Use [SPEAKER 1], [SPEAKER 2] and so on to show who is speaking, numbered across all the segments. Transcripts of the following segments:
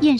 [SPEAKER 1] 燕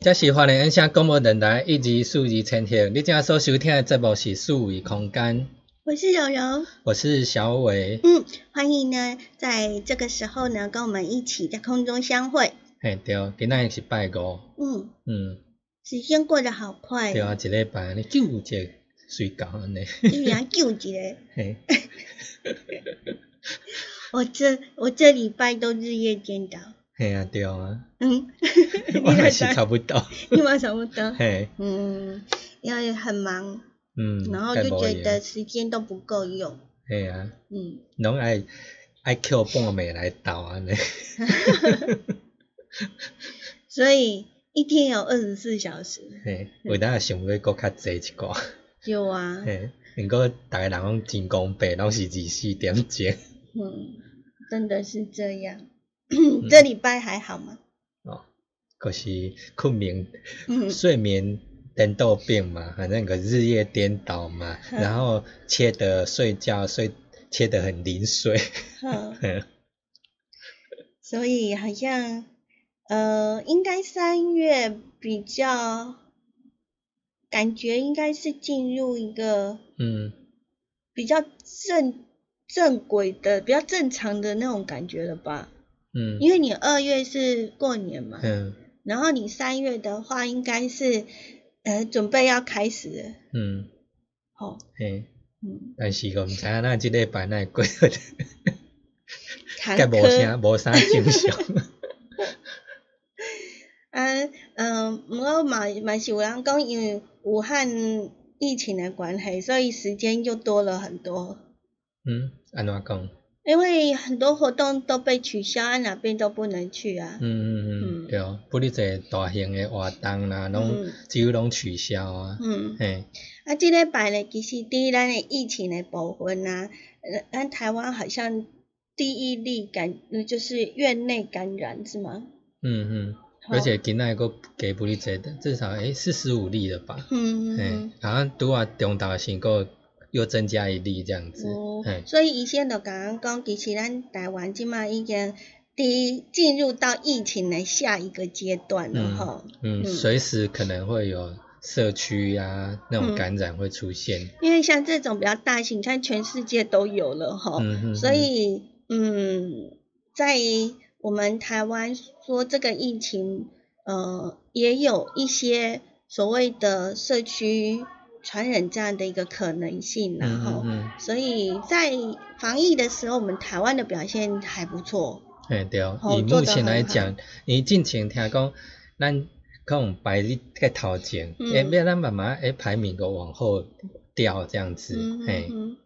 [SPEAKER 2] 这是华人音响广播电台一级数字千赫，你正所收听的节目是数维空间，
[SPEAKER 3] 我是柔柔，
[SPEAKER 2] 我是小伟。
[SPEAKER 3] 嗯，欢迎呢，在这个时候呢，跟我们一起在空中相会。
[SPEAKER 2] 嘿，对，今仔日是拜五，
[SPEAKER 3] 嗯，
[SPEAKER 2] 嗯，
[SPEAKER 3] 时间过得好快，哦
[SPEAKER 2] 对啊，一礼拜安尼就一个睡觉安尼，
[SPEAKER 3] 一年又一个。
[SPEAKER 2] 嘿，
[SPEAKER 3] 我这我这礼拜都日夜颠倒。
[SPEAKER 2] 嘿啊，对啊，
[SPEAKER 3] 嗯，
[SPEAKER 2] 我
[SPEAKER 3] 也
[SPEAKER 2] 也是差不多，
[SPEAKER 3] 你马什么 的？
[SPEAKER 2] 嘿，
[SPEAKER 3] 嗯，因为很忙，
[SPEAKER 2] 嗯，
[SPEAKER 3] 然后
[SPEAKER 2] 太
[SPEAKER 3] 就
[SPEAKER 2] 无
[SPEAKER 3] 觉
[SPEAKER 2] 闲
[SPEAKER 3] 得，时间都不够用。
[SPEAKER 2] 嘿啊，
[SPEAKER 3] 嗯，
[SPEAKER 2] 拢爱爱捡半暝来斗安尼，
[SPEAKER 3] 所以一天有二十四小时。
[SPEAKER 2] 嘿，有当也想要搁较济一寡，
[SPEAKER 3] 有啊，
[SPEAKER 2] 嘿，不过逐个人拢真公平，拢是二四点钟。
[SPEAKER 3] 嗯，真的是这样。
[SPEAKER 2] 嗯
[SPEAKER 3] 这礼拜还好吗？
[SPEAKER 2] 哦，就是困眠、
[SPEAKER 3] 嗯
[SPEAKER 2] 睡眠颠倒病嘛，反正个日夜颠倒 嘛，然后切的睡觉睡切得很零碎，
[SPEAKER 3] 好，所以好像呃，应该三月比较感觉应该是进入一个
[SPEAKER 2] 嗯，
[SPEAKER 3] 比较正正轨的、比较正常的那种感觉了吧？
[SPEAKER 2] 嗯
[SPEAKER 3] 因为你二月是过年嘛，
[SPEAKER 2] 嗯
[SPEAKER 3] 然后你三月的话应该是呃准备要开始了，
[SPEAKER 2] 嗯，
[SPEAKER 3] 哦，
[SPEAKER 2] 嘿，
[SPEAKER 3] 嗯，
[SPEAKER 2] 但是个毋知影咱即礼拜哪会过得，
[SPEAKER 3] 坎
[SPEAKER 2] 计无
[SPEAKER 3] 坷
[SPEAKER 2] 啥。无啥正 常，
[SPEAKER 3] 啊，嗯，毋过嘛嘛是有人讲，因为武汉疫情的关系，所以时间就多了很多。
[SPEAKER 2] 嗯，安怎讲？
[SPEAKER 3] 因为很多活动都被取消，啊，哪边都不能去啊。
[SPEAKER 2] 嗯嗯嗯，
[SPEAKER 3] 嗯
[SPEAKER 2] 对，不哩侪大型诶活动啦，拢
[SPEAKER 3] 嗯
[SPEAKER 2] 几乎拢取消啊，
[SPEAKER 3] 嗯，
[SPEAKER 2] 嘿，
[SPEAKER 3] 啊，即礼拜咧，其实伫咱的疫情的部分啊，呃咱台湾好像第一例感，就是院内感染是吗？
[SPEAKER 2] 嗯嗯。而且今仔个加不哩侪的，至少诶四十五例了吧？
[SPEAKER 3] 嗯，
[SPEAKER 2] 嗯
[SPEAKER 3] 嗯，
[SPEAKER 2] 好像拄啊中昼先个又增加一例这样子，
[SPEAKER 3] 哦
[SPEAKER 2] 嗯嘿，，
[SPEAKER 3] 所以医生就甲咱讲，其实咱台湾即马已经伫进入到疫情的下一个阶段了
[SPEAKER 2] 嗯
[SPEAKER 3] 吼、
[SPEAKER 2] 嗯，
[SPEAKER 3] 嗯
[SPEAKER 2] 随时可能会有社区啊那种
[SPEAKER 3] 嗯
[SPEAKER 2] 感染会出现，
[SPEAKER 3] 因为像这种比较大型，像全世界都有了吼、
[SPEAKER 2] 嗯嗯，
[SPEAKER 3] 哦所以嗯，在我们台湾说这个疫情，呃，也有一些所谓的社区传染这样的一个可能性，然
[SPEAKER 2] 嗯
[SPEAKER 3] 后
[SPEAKER 2] 嗯，嗯，
[SPEAKER 3] 所以在防疫的时候，我们台湾的表现还不错。
[SPEAKER 2] 哎对哦，
[SPEAKER 3] 哦
[SPEAKER 2] 以
[SPEAKER 3] 做
[SPEAKER 2] 目
[SPEAKER 3] 得
[SPEAKER 2] 前来
[SPEAKER 3] 很好
[SPEAKER 2] 讲，你近前听讲咱可能排你在头前，
[SPEAKER 3] 嗯
[SPEAKER 2] 诶、要咱慢慢诶排名个往后掉这样子，
[SPEAKER 3] 嗯
[SPEAKER 2] 嘿、
[SPEAKER 3] 嗯嗯，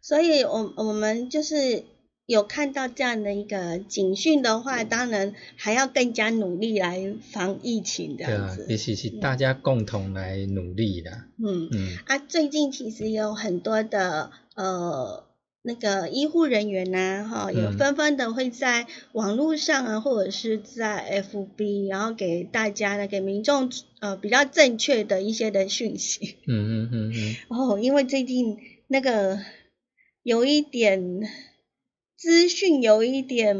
[SPEAKER 3] 所以我我们就是有看到这样的一个警讯的
[SPEAKER 2] 嗯
[SPEAKER 3] 话，当然还要更加努力来防疫情这
[SPEAKER 2] 对
[SPEAKER 3] 样
[SPEAKER 2] 啊
[SPEAKER 3] 子，。
[SPEAKER 2] 其实是大家共同来努力啦，
[SPEAKER 3] 嗯
[SPEAKER 2] 嗯，
[SPEAKER 3] 啊，最近其实有很多的呃那个医护人员呐、哈、有
[SPEAKER 2] 嗯
[SPEAKER 3] 纷纷的会在网络上啊，或者是在 FB，然后给大家呢给民众呃比较正确的一些的讯息。
[SPEAKER 2] 嗯嗯嗯嗯，
[SPEAKER 3] 哦，因为最近那个有一点资讯，有一点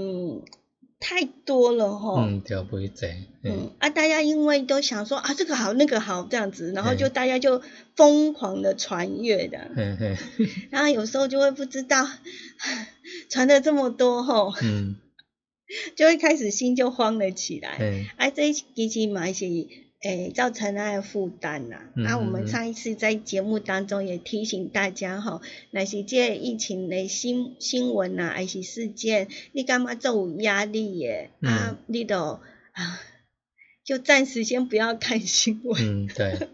[SPEAKER 3] 太多了哈、
[SPEAKER 2] 嗯，对，不会这，嗯，
[SPEAKER 3] 哦嗯啊，大家因为都想说啊，这个好，那个好这样子，然后就
[SPEAKER 2] 嗯
[SPEAKER 3] 大家就疯狂的传阅的，
[SPEAKER 2] 嘿嘿，
[SPEAKER 3] 然后有时候就会不知道 传了这么多吼，
[SPEAKER 2] 嗯，
[SPEAKER 3] 就会开始心就慌了起来。
[SPEAKER 2] 嘿，
[SPEAKER 3] 啊，这一期其实嘛是诶、造成他的负担呐。
[SPEAKER 2] 嗯
[SPEAKER 3] 啊，我们
[SPEAKER 2] 嗯
[SPEAKER 3] 上一次在节目当中也提醒大家吼，那是这疫情的新新闻呐、啊，还是事件，你感觉这有压力耶？
[SPEAKER 2] 嗯
[SPEAKER 3] 啊，你都啊，就暂时先不要看新闻。
[SPEAKER 2] 嗯，对，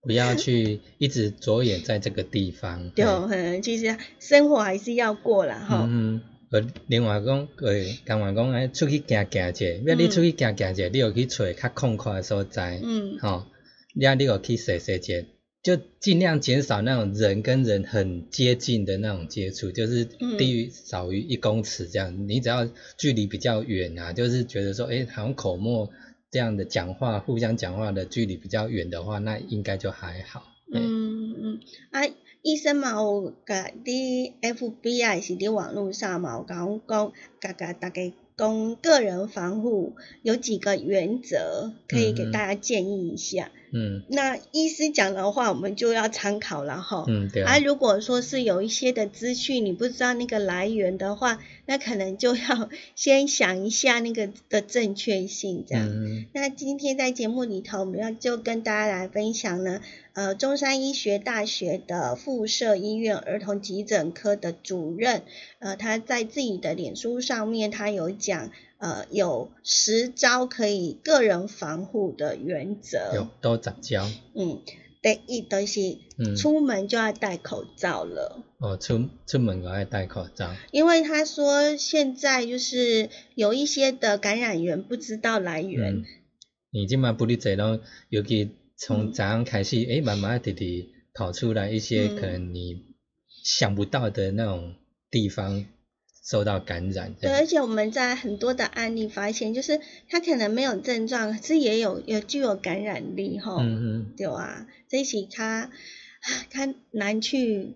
[SPEAKER 2] 不要去一直着眼在这个地方，
[SPEAKER 3] 对，
[SPEAKER 2] 嘿
[SPEAKER 3] 嗯，其实生活还是要过啦吼。
[SPEAKER 2] 嗯，嗯，呃，另外讲，呃，刚话讲，哎，出去行行者，要你
[SPEAKER 3] 嗯
[SPEAKER 2] 出去行行者，你要去找较空旷的所在，
[SPEAKER 3] 嗯
[SPEAKER 2] 吼、你啊，你要去踅踅者，就尽量减少那种人跟人很接近的那种接触，就是
[SPEAKER 3] 嗯
[SPEAKER 2] 低于少于一公尺这样，你只要距离比较远啊，就是觉得说，哎，好像口沫这样的讲话，互相讲话的距离比较远的话，那应该就还好，嗯
[SPEAKER 3] 嗯嗯，啊，医生嘛有甲你 FB 啊，还是伫网络上嘛有甲我讲，甲甲大家讲个人防护有几个原则，可以给
[SPEAKER 2] 嗯嗯
[SPEAKER 3] 大家建议一下。
[SPEAKER 2] 嗯
[SPEAKER 3] 那医师讲的话，我们就要参考了哈。
[SPEAKER 2] 嗯，对啊
[SPEAKER 3] 啊，，如果说是有一些的资讯你不知道那个来源的话，那可能就要先想一下那个的正确性这样。
[SPEAKER 2] 嗯
[SPEAKER 3] 那今天在节目里头，我们要就跟大家来分享呢，呃，中山医学大学的附设医院儿童急诊科的主任，呃，他在自己的脸书上面，他有讲，呃，有十招可以个人防护的原
[SPEAKER 2] 有
[SPEAKER 3] 则，
[SPEAKER 2] 都杂交，
[SPEAKER 3] 嗯，第一就是
[SPEAKER 2] 嗯。
[SPEAKER 3] 出门就要戴口罩了。
[SPEAKER 2] 哦，出出门都要戴口罩。
[SPEAKER 3] 因为他说现在就是有一些的感染源不知道来源，
[SPEAKER 2] 嗯，你即满不哩侪拢，尤其从
[SPEAKER 3] 嗯
[SPEAKER 2] 早上开始，诶、慢慢地地跑出来一些
[SPEAKER 3] 嗯
[SPEAKER 2] 可能你想不到的那种地方受到感染。这
[SPEAKER 3] 对，
[SPEAKER 2] 样
[SPEAKER 3] 而且我们在很多的案例发现，就是他可能没有症状，可是也有有具有感染力吼。
[SPEAKER 2] 嗯嗯，
[SPEAKER 3] 对啊，这是他 他难去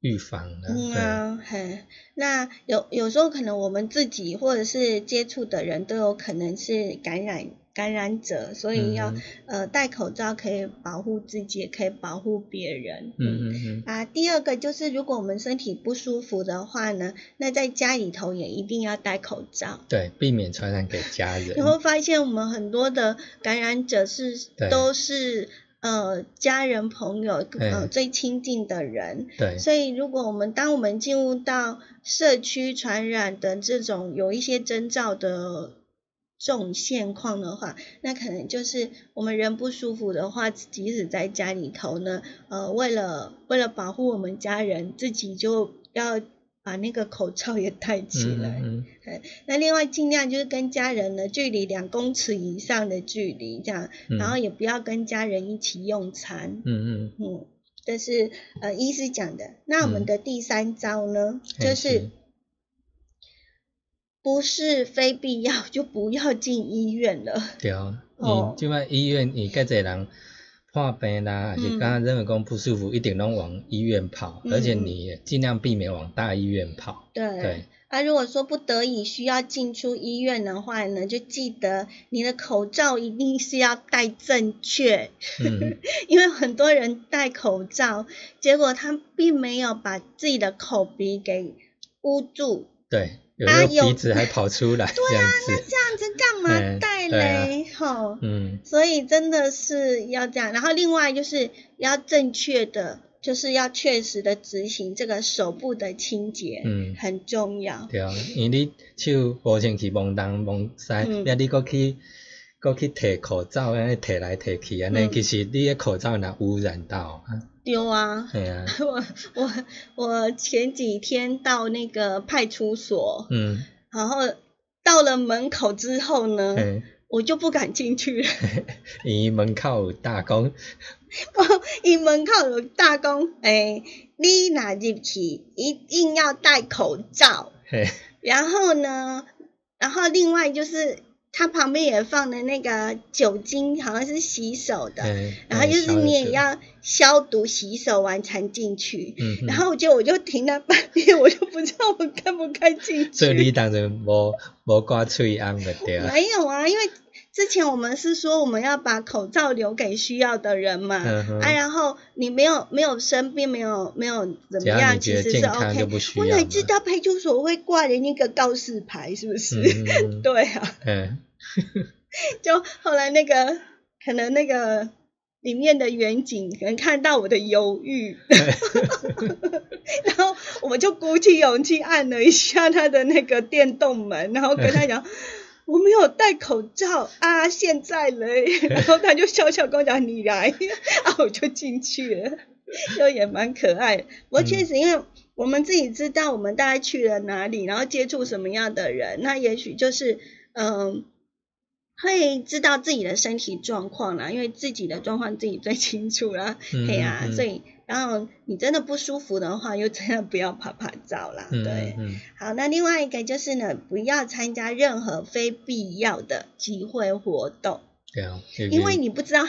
[SPEAKER 2] 预防啊，
[SPEAKER 3] 嗯
[SPEAKER 2] 对，
[SPEAKER 3] 啊，嘿，那有有时候可能我们自己或者是接触的人都有可能是感染感染者，所以要、
[SPEAKER 2] 嗯
[SPEAKER 3] 呃戴口罩可以保护自己，也可以保护别人。
[SPEAKER 2] 嗯嗯嗯，
[SPEAKER 3] 啊，第二个就是，如果我们身体不舒服的话呢，那在家里头也一定要戴口罩。
[SPEAKER 2] 对，避免传染给家人
[SPEAKER 3] 你。会发现，我们很多的感染者是
[SPEAKER 2] 对
[SPEAKER 3] 都是呃家人、朋友呃
[SPEAKER 2] 嗯
[SPEAKER 3] 最亲近的人，
[SPEAKER 2] 对，
[SPEAKER 3] 所以如果我们当我们进入到社区传染的这种有一些征兆的这种现况的话，那可能就是我们人不舒服的话，即使在家里头呢，呃，为了为了保护我们家人，自己就要把那个口罩也戴起
[SPEAKER 2] 嗯
[SPEAKER 3] 来。
[SPEAKER 2] 嗯
[SPEAKER 3] 那另外尽量就是跟家人呢距离两公尺以上的距离这样，
[SPEAKER 2] 嗯，
[SPEAKER 3] 然后也不要跟家人一起用餐。
[SPEAKER 2] 嗯嗯
[SPEAKER 3] 嗯，这是呃医师讲的。那我们
[SPEAKER 2] 嗯
[SPEAKER 3] 的第三招呢，
[SPEAKER 2] 嘿
[SPEAKER 3] 就是
[SPEAKER 2] 是
[SPEAKER 3] 不是非必要 就不要进医院了。
[SPEAKER 2] 对，
[SPEAKER 3] 哦
[SPEAKER 2] 你即摆医院，你介侪人患病啦，还是
[SPEAKER 3] 嗯
[SPEAKER 2] 刚刚认为讲不舒服，一定拢往医院跑，
[SPEAKER 3] 嗯
[SPEAKER 2] 而且你也尽量避免往大医院跑。
[SPEAKER 3] 对。
[SPEAKER 2] 对，
[SPEAKER 3] 啊，如果说不得已需要进出医院的话呢，就记得你的口罩一定是要戴正确，
[SPEAKER 2] 嗯，
[SPEAKER 3] 因为很多人戴口罩，结果他并没有把自己的口鼻给捂住，
[SPEAKER 2] 对，有
[SPEAKER 3] 啊
[SPEAKER 2] 时候
[SPEAKER 3] 有啊
[SPEAKER 2] 鼻子还跑出 来这样子
[SPEAKER 3] 这。样子干嘛
[SPEAKER 2] 嗯
[SPEAKER 3] 戴
[SPEAKER 2] 对啊
[SPEAKER 3] 嘞？吼、
[SPEAKER 2] 嗯，
[SPEAKER 3] 所以真的是要这样，然后另外就是要正确的，就是要确实的执行这个手部的清洁，
[SPEAKER 2] 嗯
[SPEAKER 3] 很重要。
[SPEAKER 2] 对，因为你手无清气，蒙东蒙西，
[SPEAKER 3] 嗯
[SPEAKER 2] 你你搁去搁去摕口罩，安尼摕来摕去，安尼、
[SPEAKER 3] 嗯
[SPEAKER 2] 其实你个口罩若污染到，啊，
[SPEAKER 3] 丢啊！
[SPEAKER 2] 嘿啊，
[SPEAKER 3] 我我我前几天到那个派出所，
[SPEAKER 2] 嗯，
[SPEAKER 3] 然后到了门口之后呢，
[SPEAKER 2] 嘿，
[SPEAKER 3] 我就不敢进去了。
[SPEAKER 2] 伊门口有大公，
[SPEAKER 3] 伊门口有大公，诶、你若入去一定要戴口罩。
[SPEAKER 2] 嘿，
[SPEAKER 3] 然后呢，然后另外就是它旁边也放的那个酒精，好像是洗手的，
[SPEAKER 2] 嘿，
[SPEAKER 3] 然后就是
[SPEAKER 2] 那
[SPEAKER 3] 你也
[SPEAKER 2] 消毒，
[SPEAKER 3] 要消毒洗手完才进去。
[SPEAKER 2] 嗯哼，
[SPEAKER 3] 然后我就我就停了半天，我就不知道我该不该进去。
[SPEAKER 2] 所以你当然无无挂喙安个对啊，
[SPEAKER 3] 没有啊，因为之前我们是说我们要把口罩留给需要的人嘛，
[SPEAKER 2] 嗯哼
[SPEAKER 3] 啊，然后你没有没有生病，没有没有怎
[SPEAKER 2] 只
[SPEAKER 3] 么
[SPEAKER 2] 要你
[SPEAKER 3] 样，其
[SPEAKER 2] 觉得
[SPEAKER 3] 实
[SPEAKER 2] 健
[SPEAKER 3] 是
[SPEAKER 2] 康就
[SPEAKER 3] OK。
[SPEAKER 2] 不需
[SPEAKER 3] 我
[SPEAKER 2] 要
[SPEAKER 3] 哪
[SPEAKER 2] 嘛，
[SPEAKER 3] 知道派出所会挂着那个告示牌，是不是？
[SPEAKER 2] 嗯嗯嗯
[SPEAKER 3] 对啊，
[SPEAKER 2] 嗯，
[SPEAKER 3] 就后来那个可能那个里面的远景可能看到我的犹豫，然后我就鼓起勇气按了一下他的那个电动门，然后跟他讲。我没有戴口罩啊，现在嘞，然后他就笑笑跟我讲你来， 啊，我就进去了，就也蛮可爱的。不过确实，因为我们自己知道我们大概去了哪里，然后接触什么样的人，那也许就是嗯、会知道自己的身体状况啦，因为自己的状况自己最清楚啦。
[SPEAKER 2] 嗯
[SPEAKER 3] 对呀、
[SPEAKER 2] 嗯
[SPEAKER 3] 所以然后你真的不舒服的话，又真的不要拍拍照啦。
[SPEAKER 2] 嗯
[SPEAKER 3] 对，
[SPEAKER 2] 嗯
[SPEAKER 3] 好，那另外一个就是呢，不要参加任何非必要的集会活动，
[SPEAKER 2] 对啊，尤其
[SPEAKER 3] 因为你不知道，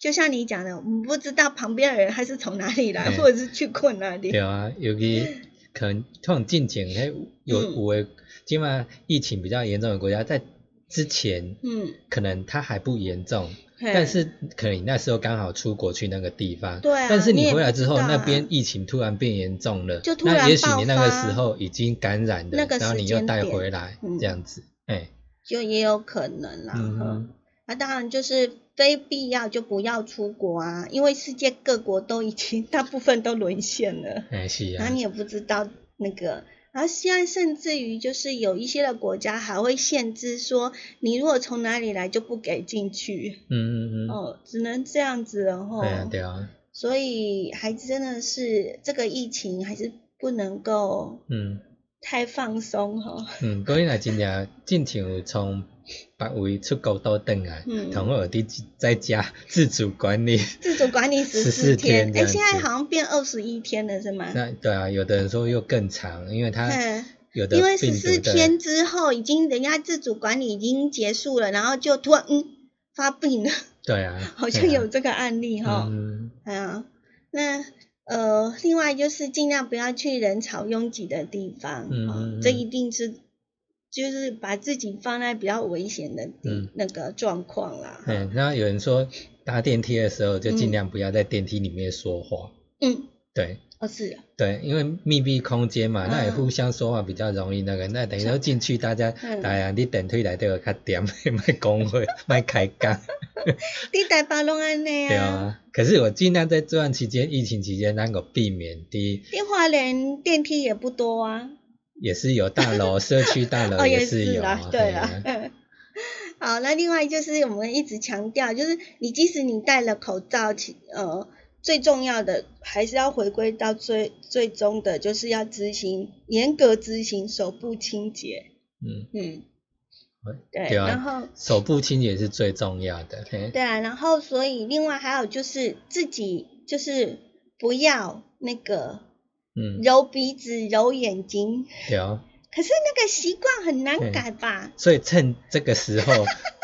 [SPEAKER 3] 就像你讲的，我们不知道旁边的人他是从哪里来，
[SPEAKER 2] 对
[SPEAKER 3] 或者是去过哪里
[SPEAKER 2] 嗯对。啊，尤 其可能可能进前迄有
[SPEAKER 3] 嗯
[SPEAKER 2] 有诶，起码疫情比较严重的国家，在之前
[SPEAKER 3] 嗯，
[SPEAKER 2] 可能它还不严重，
[SPEAKER 3] 嘿
[SPEAKER 2] 但是可能你那时候刚好出国去那个地方，
[SPEAKER 3] 对啊
[SPEAKER 2] 但是
[SPEAKER 3] 你
[SPEAKER 2] 你
[SPEAKER 3] 也
[SPEAKER 2] 回来之后，
[SPEAKER 3] 不知道啊
[SPEAKER 2] 那边疫情突然变严重了，
[SPEAKER 3] 就突然
[SPEAKER 2] 那也许你那
[SPEAKER 3] 爆
[SPEAKER 2] 个
[SPEAKER 3] 发
[SPEAKER 2] 时候已经感染
[SPEAKER 3] 那
[SPEAKER 2] 了，
[SPEAKER 3] 个
[SPEAKER 2] 然后
[SPEAKER 3] 时
[SPEAKER 2] 你又
[SPEAKER 3] 间
[SPEAKER 2] 带
[SPEAKER 3] 点
[SPEAKER 2] 回来
[SPEAKER 3] 嗯
[SPEAKER 2] 这样子，哎，
[SPEAKER 3] 就也有可能啦。
[SPEAKER 2] 嗯
[SPEAKER 3] 嗯
[SPEAKER 2] 哼，
[SPEAKER 3] 那、当然就是非必要就不要出国啊，因为世界各国都已经 大部分都沦陷了。
[SPEAKER 2] 哎是
[SPEAKER 3] 然
[SPEAKER 2] 啊
[SPEAKER 3] 后，你也不知道那个。然后现在甚至于就是有一些的国家还会限制说，你如果从哪里来就不给进去，
[SPEAKER 2] 嗯嗯嗯，
[SPEAKER 3] 哦，只能这样子了吼。
[SPEAKER 2] 对啊对啊，
[SPEAKER 3] 所以还真的是这个疫情还是不能够
[SPEAKER 2] 嗯。
[SPEAKER 3] 太放松哈。
[SPEAKER 2] 嗯，过你若真正进前从别位出国倒转来，
[SPEAKER 3] 嗯
[SPEAKER 2] 同我伫在家自主管理。
[SPEAKER 3] 自主管理十四
[SPEAKER 2] 14天
[SPEAKER 3] 天，
[SPEAKER 2] 这
[SPEAKER 3] 哎，
[SPEAKER 2] 样
[SPEAKER 3] 现在
[SPEAKER 2] 子
[SPEAKER 3] 好像变二十一天了是吗？
[SPEAKER 2] 那对啊，有的人说又更长，因为他
[SPEAKER 3] 嗯
[SPEAKER 2] 有的
[SPEAKER 3] 因为十
[SPEAKER 2] 病
[SPEAKER 3] 四
[SPEAKER 2] 毒的，
[SPEAKER 3] 天之后，已经人家自主管理已经结束了，然后就突然嗯发病了，
[SPEAKER 2] 对啊，
[SPEAKER 3] 好
[SPEAKER 2] 嘿
[SPEAKER 3] 像
[SPEAKER 2] 啊
[SPEAKER 3] 有这个案例哈。
[SPEAKER 2] 嗯，
[SPEAKER 3] 哎呀，那呃，另外就是尽量不要去人潮拥挤的地方，
[SPEAKER 2] 嗯
[SPEAKER 3] 啊
[SPEAKER 2] 嗯
[SPEAKER 3] 这
[SPEAKER 2] 嗯
[SPEAKER 3] 一定是就是把自己放在比较危险的地、
[SPEAKER 2] 嗯
[SPEAKER 3] 那个状况啦。
[SPEAKER 2] 嗯，那有人说搭电梯的时候就
[SPEAKER 3] 嗯
[SPEAKER 2] 尽量不要在电梯里面说话，
[SPEAKER 3] 嗯，
[SPEAKER 2] 对。
[SPEAKER 3] 哦是啊，
[SPEAKER 2] 对，因为密闭空间嘛，那也
[SPEAKER 3] 嗯
[SPEAKER 2] 互相说话比较容易那个。那等于说进去，大家
[SPEAKER 3] 嗯
[SPEAKER 2] 大家你电梯内底有较点， 莫讲 话，莫开讲。
[SPEAKER 3] 你台北拢安尼
[SPEAKER 2] 对
[SPEAKER 3] 啊，
[SPEAKER 2] 啊，可是我尽量在这段期间，疫情期间能够避免的，
[SPEAKER 3] 你花莲电梯也不多啊，
[SPEAKER 2] 也是有大楼，社区大楼
[SPEAKER 3] 哦也
[SPEAKER 2] 是
[SPEAKER 3] 是
[SPEAKER 2] 有
[SPEAKER 3] 啦
[SPEAKER 2] 啊，，
[SPEAKER 3] 对
[SPEAKER 2] 啊
[SPEAKER 3] 啦，，嗯。 好，那另外就是我们一直强调，就是你即使你戴了口罩，其呃，最重要的还是要回归到最最终的，就是要执行严格执行手部清洁。
[SPEAKER 2] 嗯，
[SPEAKER 3] 嗯，对，
[SPEAKER 2] 对
[SPEAKER 3] 然
[SPEAKER 2] 啊，
[SPEAKER 3] 后
[SPEAKER 2] 手部清洁是最重要的，嘿
[SPEAKER 3] 对啊，然后所以另外还有就是自己就是不要那个
[SPEAKER 2] 嗯，
[SPEAKER 3] 揉鼻子、揉眼睛，
[SPEAKER 2] 对啊，
[SPEAKER 3] 可是那个习惯很难
[SPEAKER 2] 对
[SPEAKER 3] 改吧？
[SPEAKER 2] 所以趁这个时候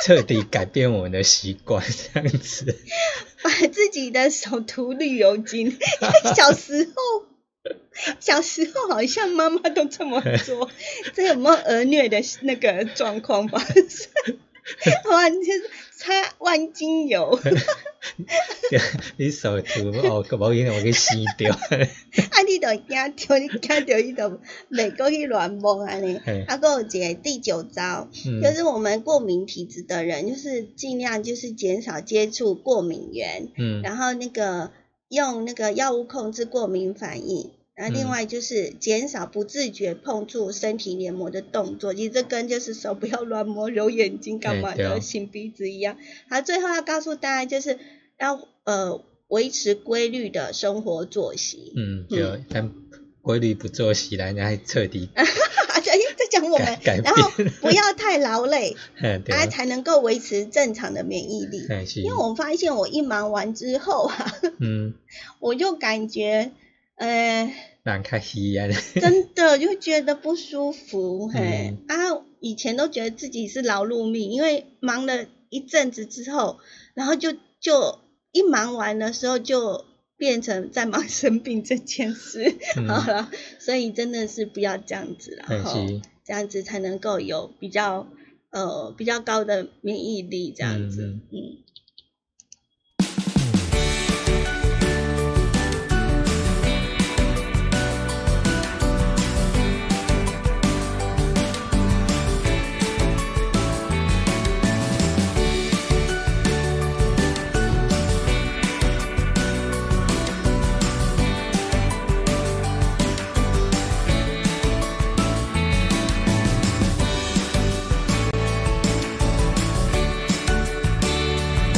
[SPEAKER 2] 彻底改变我们的习惯，这样子，
[SPEAKER 3] 把 自己的手涂绿油精。 小时候， 小时候好像妈妈都这么做，这有没有儿虐的那个状况发生？ 哇，就是擦万金油，
[SPEAKER 2] 对你手涂哦，无因我给洗 掉，
[SPEAKER 3] 啊，你都惊着，你惊着，你都袂过去乱摸安尼
[SPEAKER 2] 嘿。
[SPEAKER 3] 啊，还有一个第九招，
[SPEAKER 2] 嗯
[SPEAKER 3] 就是我们过敏体质的人，就是尽量就是减少接触过敏源。
[SPEAKER 2] 嗯
[SPEAKER 3] 然后那个用那个药物控制过敏反应，然后
[SPEAKER 2] 嗯
[SPEAKER 3] 另外就是减少不自觉碰触身体黏膜的动作，其实这跟就是手不要乱摸、揉眼睛干嘛
[SPEAKER 2] 哎对啊
[SPEAKER 3] 的、擤鼻子一样。好，最后要告诉大家就是要呃维持规律的生活作息。
[SPEAKER 2] 嗯，就但规律不作息来，那还彻底，
[SPEAKER 3] 而且哎在讲我们，
[SPEAKER 2] 改改变
[SPEAKER 3] 然后不要太劳累，
[SPEAKER 2] 嗯， 对
[SPEAKER 3] 大家
[SPEAKER 2] 啊，
[SPEAKER 3] 才能够维持正常的免疫力。
[SPEAKER 2] 哎是，
[SPEAKER 3] 哎因为我发现我一忙完之后啊，
[SPEAKER 2] 嗯，
[SPEAKER 3] 我就感觉，呃，
[SPEAKER 2] 难看稀啊，
[SPEAKER 3] 真的就觉得不舒服，嘿
[SPEAKER 2] 嗯，
[SPEAKER 3] 啊，以前都觉得自己是劳碌命，因为忙了一阵子之后，然后就就一忙完的时候就变成在忙生病这件事，
[SPEAKER 2] 嗯
[SPEAKER 3] 好了，所以真的是不要这样子啦，
[SPEAKER 2] 哎
[SPEAKER 3] 吼
[SPEAKER 2] 是，
[SPEAKER 3] 这样子才能够有比较呃比较高的免疫力，这样子，
[SPEAKER 2] 嗯
[SPEAKER 3] 嗯
[SPEAKER 2] 嗯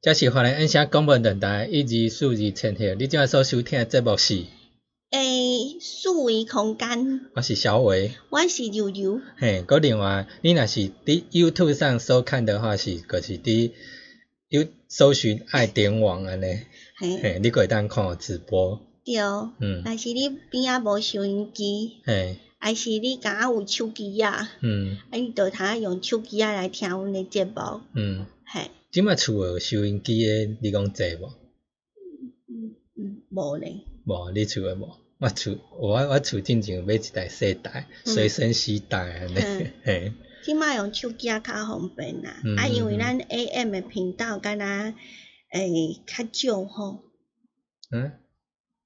[SPEAKER 2] 这是华人音响广播电台一二四二千赫，你今仔所收听的节目是，
[SPEAKER 3] 诶，四维空间，
[SPEAKER 2] 我是小伟。
[SPEAKER 3] 我是柔柔，
[SPEAKER 2] 嘿，佮另外，你若是伫 YouTube 上收看的话是，就是伫 You 搜寻爱点网安尼，
[SPEAKER 3] 嘿，
[SPEAKER 2] 嘿，你可以当看我直播，
[SPEAKER 3] 对。哦
[SPEAKER 2] 嗯，
[SPEAKER 3] 但是你边啊无收音机，
[SPEAKER 2] 嘿，
[SPEAKER 3] 还是你敢有手机啊？
[SPEAKER 2] 嗯
[SPEAKER 3] 啊，你就通用手机啊来听阮的节目，
[SPEAKER 2] 嗯，
[SPEAKER 3] 嘿，
[SPEAKER 2] 即摆厝有收音机的，你讲济无？
[SPEAKER 3] 嗯嗯，无咧，
[SPEAKER 2] 无，你厝有无？我厝我我厝进前有买一台细台，
[SPEAKER 3] 嗯
[SPEAKER 2] 随身携带安尼
[SPEAKER 3] 嗯，
[SPEAKER 2] 嘿，
[SPEAKER 3] 即摆用手机啊较方便啦
[SPEAKER 2] 嗯，
[SPEAKER 3] 啊，因为
[SPEAKER 2] 嗯嗯
[SPEAKER 3] 咱 AM 的频道敢若诶较少吼
[SPEAKER 2] 嗯。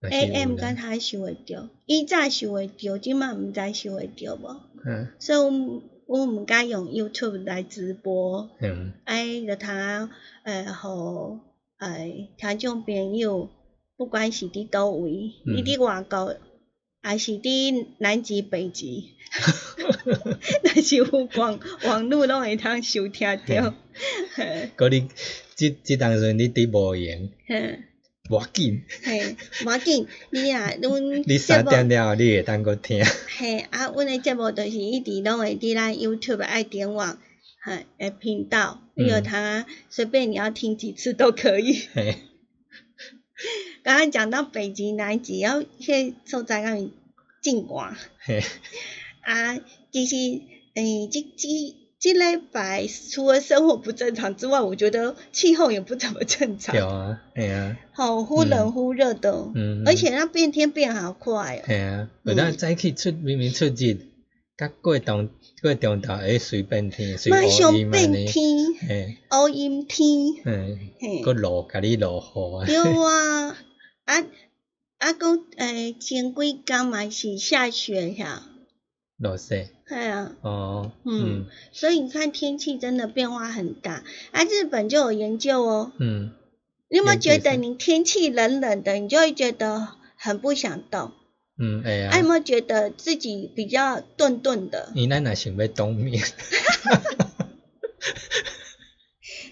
[SPEAKER 2] 若是有
[SPEAKER 3] ，AM
[SPEAKER 2] 人
[SPEAKER 3] 敢若收会着，以早收会着，即摆毋知收会着无，
[SPEAKER 2] 嗯
[SPEAKER 3] 所以阮阮毋敢用 YouTube 来直播。
[SPEAKER 2] 嗯
[SPEAKER 3] 哎，就通诶，互诶听众朋友，不管是伫倒位，
[SPEAKER 2] 嗯
[SPEAKER 3] 你伫外国，还是伫南极、北极，但是有网网络拢会通收听着。嘿，
[SPEAKER 2] 佮你即即当时你伫无闲，
[SPEAKER 3] 嘿，
[SPEAKER 2] 无紧，
[SPEAKER 3] 嘿，无要紧，你啊，阮
[SPEAKER 2] 你
[SPEAKER 3] 节
[SPEAKER 2] 三
[SPEAKER 3] 目，
[SPEAKER 2] 点了后你会当佮听。
[SPEAKER 3] 嘿，啊，阮诶节目就是一直拢会伫咱 YouTube 爱点网，嘿，诶频道，你有
[SPEAKER 2] 嗯
[SPEAKER 3] 通啊随便你要听几次都可以。
[SPEAKER 2] 嘿
[SPEAKER 3] 刚刚讲到北极、南极，然后迄所在敢是真寒。
[SPEAKER 2] 嘿，
[SPEAKER 3] 啊，其实，诶、这这这礼拜除了生活不正常之外，我觉得气候也不怎么正
[SPEAKER 2] 对
[SPEAKER 3] 常，
[SPEAKER 2] 啊，嘿啊，
[SPEAKER 3] 好、忽冷忽热的，
[SPEAKER 2] 嗯，
[SPEAKER 3] 而且它变天变好快哦。
[SPEAKER 2] 嘿啊，有当早起出明明出日，甲过中过中昼会随便天，随
[SPEAKER 3] 马上
[SPEAKER 2] 乌阴安
[SPEAKER 3] 变
[SPEAKER 2] 尼，
[SPEAKER 3] 天，
[SPEAKER 2] 嘿，
[SPEAKER 3] 乌阴天，
[SPEAKER 2] 嗯，
[SPEAKER 3] 嘿，
[SPEAKER 2] 佮落甲你落雨
[SPEAKER 3] 对
[SPEAKER 2] 啊，
[SPEAKER 3] 啊，啊啊，讲诶，前几工嘛是下雪呀，
[SPEAKER 2] 落雪，
[SPEAKER 3] 系啊。
[SPEAKER 2] 哦，
[SPEAKER 3] 嗯
[SPEAKER 2] 嗯
[SPEAKER 3] 所以你看天气真的变化很大，啊，日本就有研究哦。
[SPEAKER 2] 嗯，
[SPEAKER 3] 你有没有觉
[SPEAKER 2] 研究
[SPEAKER 3] 得
[SPEAKER 2] 是
[SPEAKER 3] 你天气冷冷的，你就会觉得很不想动？
[SPEAKER 2] 嗯，会啊嗯
[SPEAKER 3] 啊，有，没有觉得自己比较顿顿的？
[SPEAKER 2] 伊咱若想要冬眠，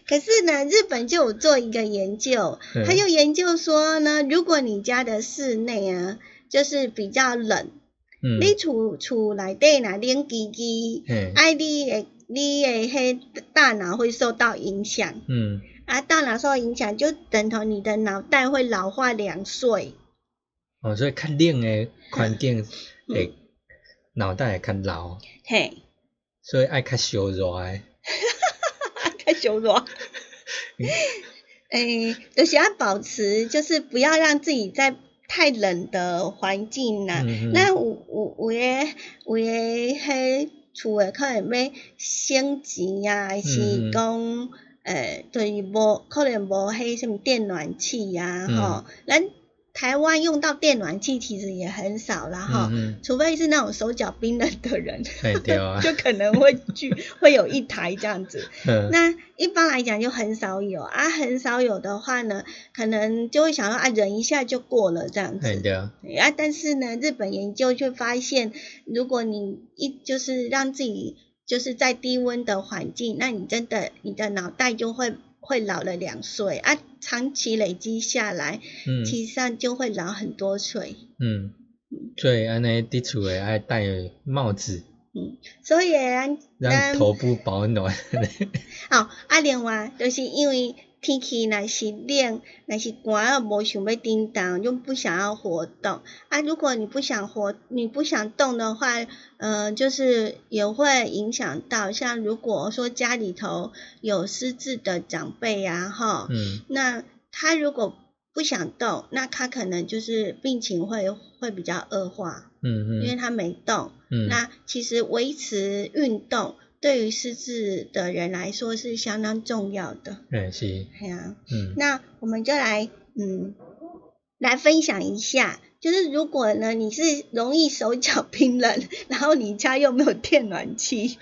[SPEAKER 3] 可是呢，日本就有做一个研究，
[SPEAKER 2] 嗯
[SPEAKER 3] 他就研究说呢，如果你家的室内啊，就是比较冷，
[SPEAKER 2] 嗯，
[SPEAKER 3] 你厝厝内底若冷叽叽，
[SPEAKER 2] 嘿，
[SPEAKER 3] 哎，你的你的迄大脑会受到影响。
[SPEAKER 2] 嗯，
[SPEAKER 3] 啊，大脑受影响就等同你的脑袋会老化两岁。
[SPEAKER 2] 哦，所以较冷诶环境会脑袋会较老，
[SPEAKER 3] 嘿，
[SPEAKER 2] 所以爱较烧热诶，
[SPEAKER 3] 啊太 羞辱。诶、就是要保持，就是不要让自己在太冷的环境啦、
[SPEAKER 2] 嗯嗯
[SPEAKER 3] 那有有有诶有诶，迄厝诶可能要省钱啊，还
[SPEAKER 2] 嗯
[SPEAKER 3] 是
[SPEAKER 2] 嗯
[SPEAKER 3] 讲诶、就是无可能无迄什么电暖气呀、
[SPEAKER 2] 嗯
[SPEAKER 3] 吼、咱台湾用到电暖气其实也很少啦，吼、
[SPEAKER 2] 嗯嗯，
[SPEAKER 3] 除非是那种手脚冰冷的人，
[SPEAKER 2] 嘿，对啊，
[SPEAKER 3] 就可能会去 会有一台这样子。
[SPEAKER 2] 嗯，
[SPEAKER 3] 那一般来讲就很少有啊，很少有的话呢，可能就会想到啊，忍一下就过了这样
[SPEAKER 2] 嘿，
[SPEAKER 3] 子。
[SPEAKER 2] 对啊，
[SPEAKER 3] 啊，但是呢，日本研究却发现，如果你一就是让自己就是在低温的环境，那你真的你的脑袋就会会老了两岁啊，长期累积下来，
[SPEAKER 2] 嗯。
[SPEAKER 3] 其实上就会老很多岁。
[SPEAKER 2] 嗯，所以安尼伫厝诶爱戴帽子，
[SPEAKER 3] 所以啊咱
[SPEAKER 2] 让头部保暖。
[SPEAKER 3] 哦，啊，另外就是因为天气若是冷，若是寒，又无想要叮当，又不想要活动。啊，如果你不想活，你不想动的话，呃，就是也会影响到，像如果说家里头有失智的长辈啊，哈，
[SPEAKER 2] 嗯
[SPEAKER 3] 那他如果不想动，那他可能就是病情会会比较恶化，因
[SPEAKER 2] 嗯
[SPEAKER 3] 为
[SPEAKER 2] 嗯
[SPEAKER 3] 他没动。
[SPEAKER 2] 嗯，
[SPEAKER 3] 那其实维持运动对于失智的人来说是相当重要的。
[SPEAKER 2] 嗯是，
[SPEAKER 3] 哎呀、
[SPEAKER 2] 嗯
[SPEAKER 3] 那我们就来嗯来分享一下，就是如果呢你是容易手脚冰冷， 然后你家又没有电 暖气，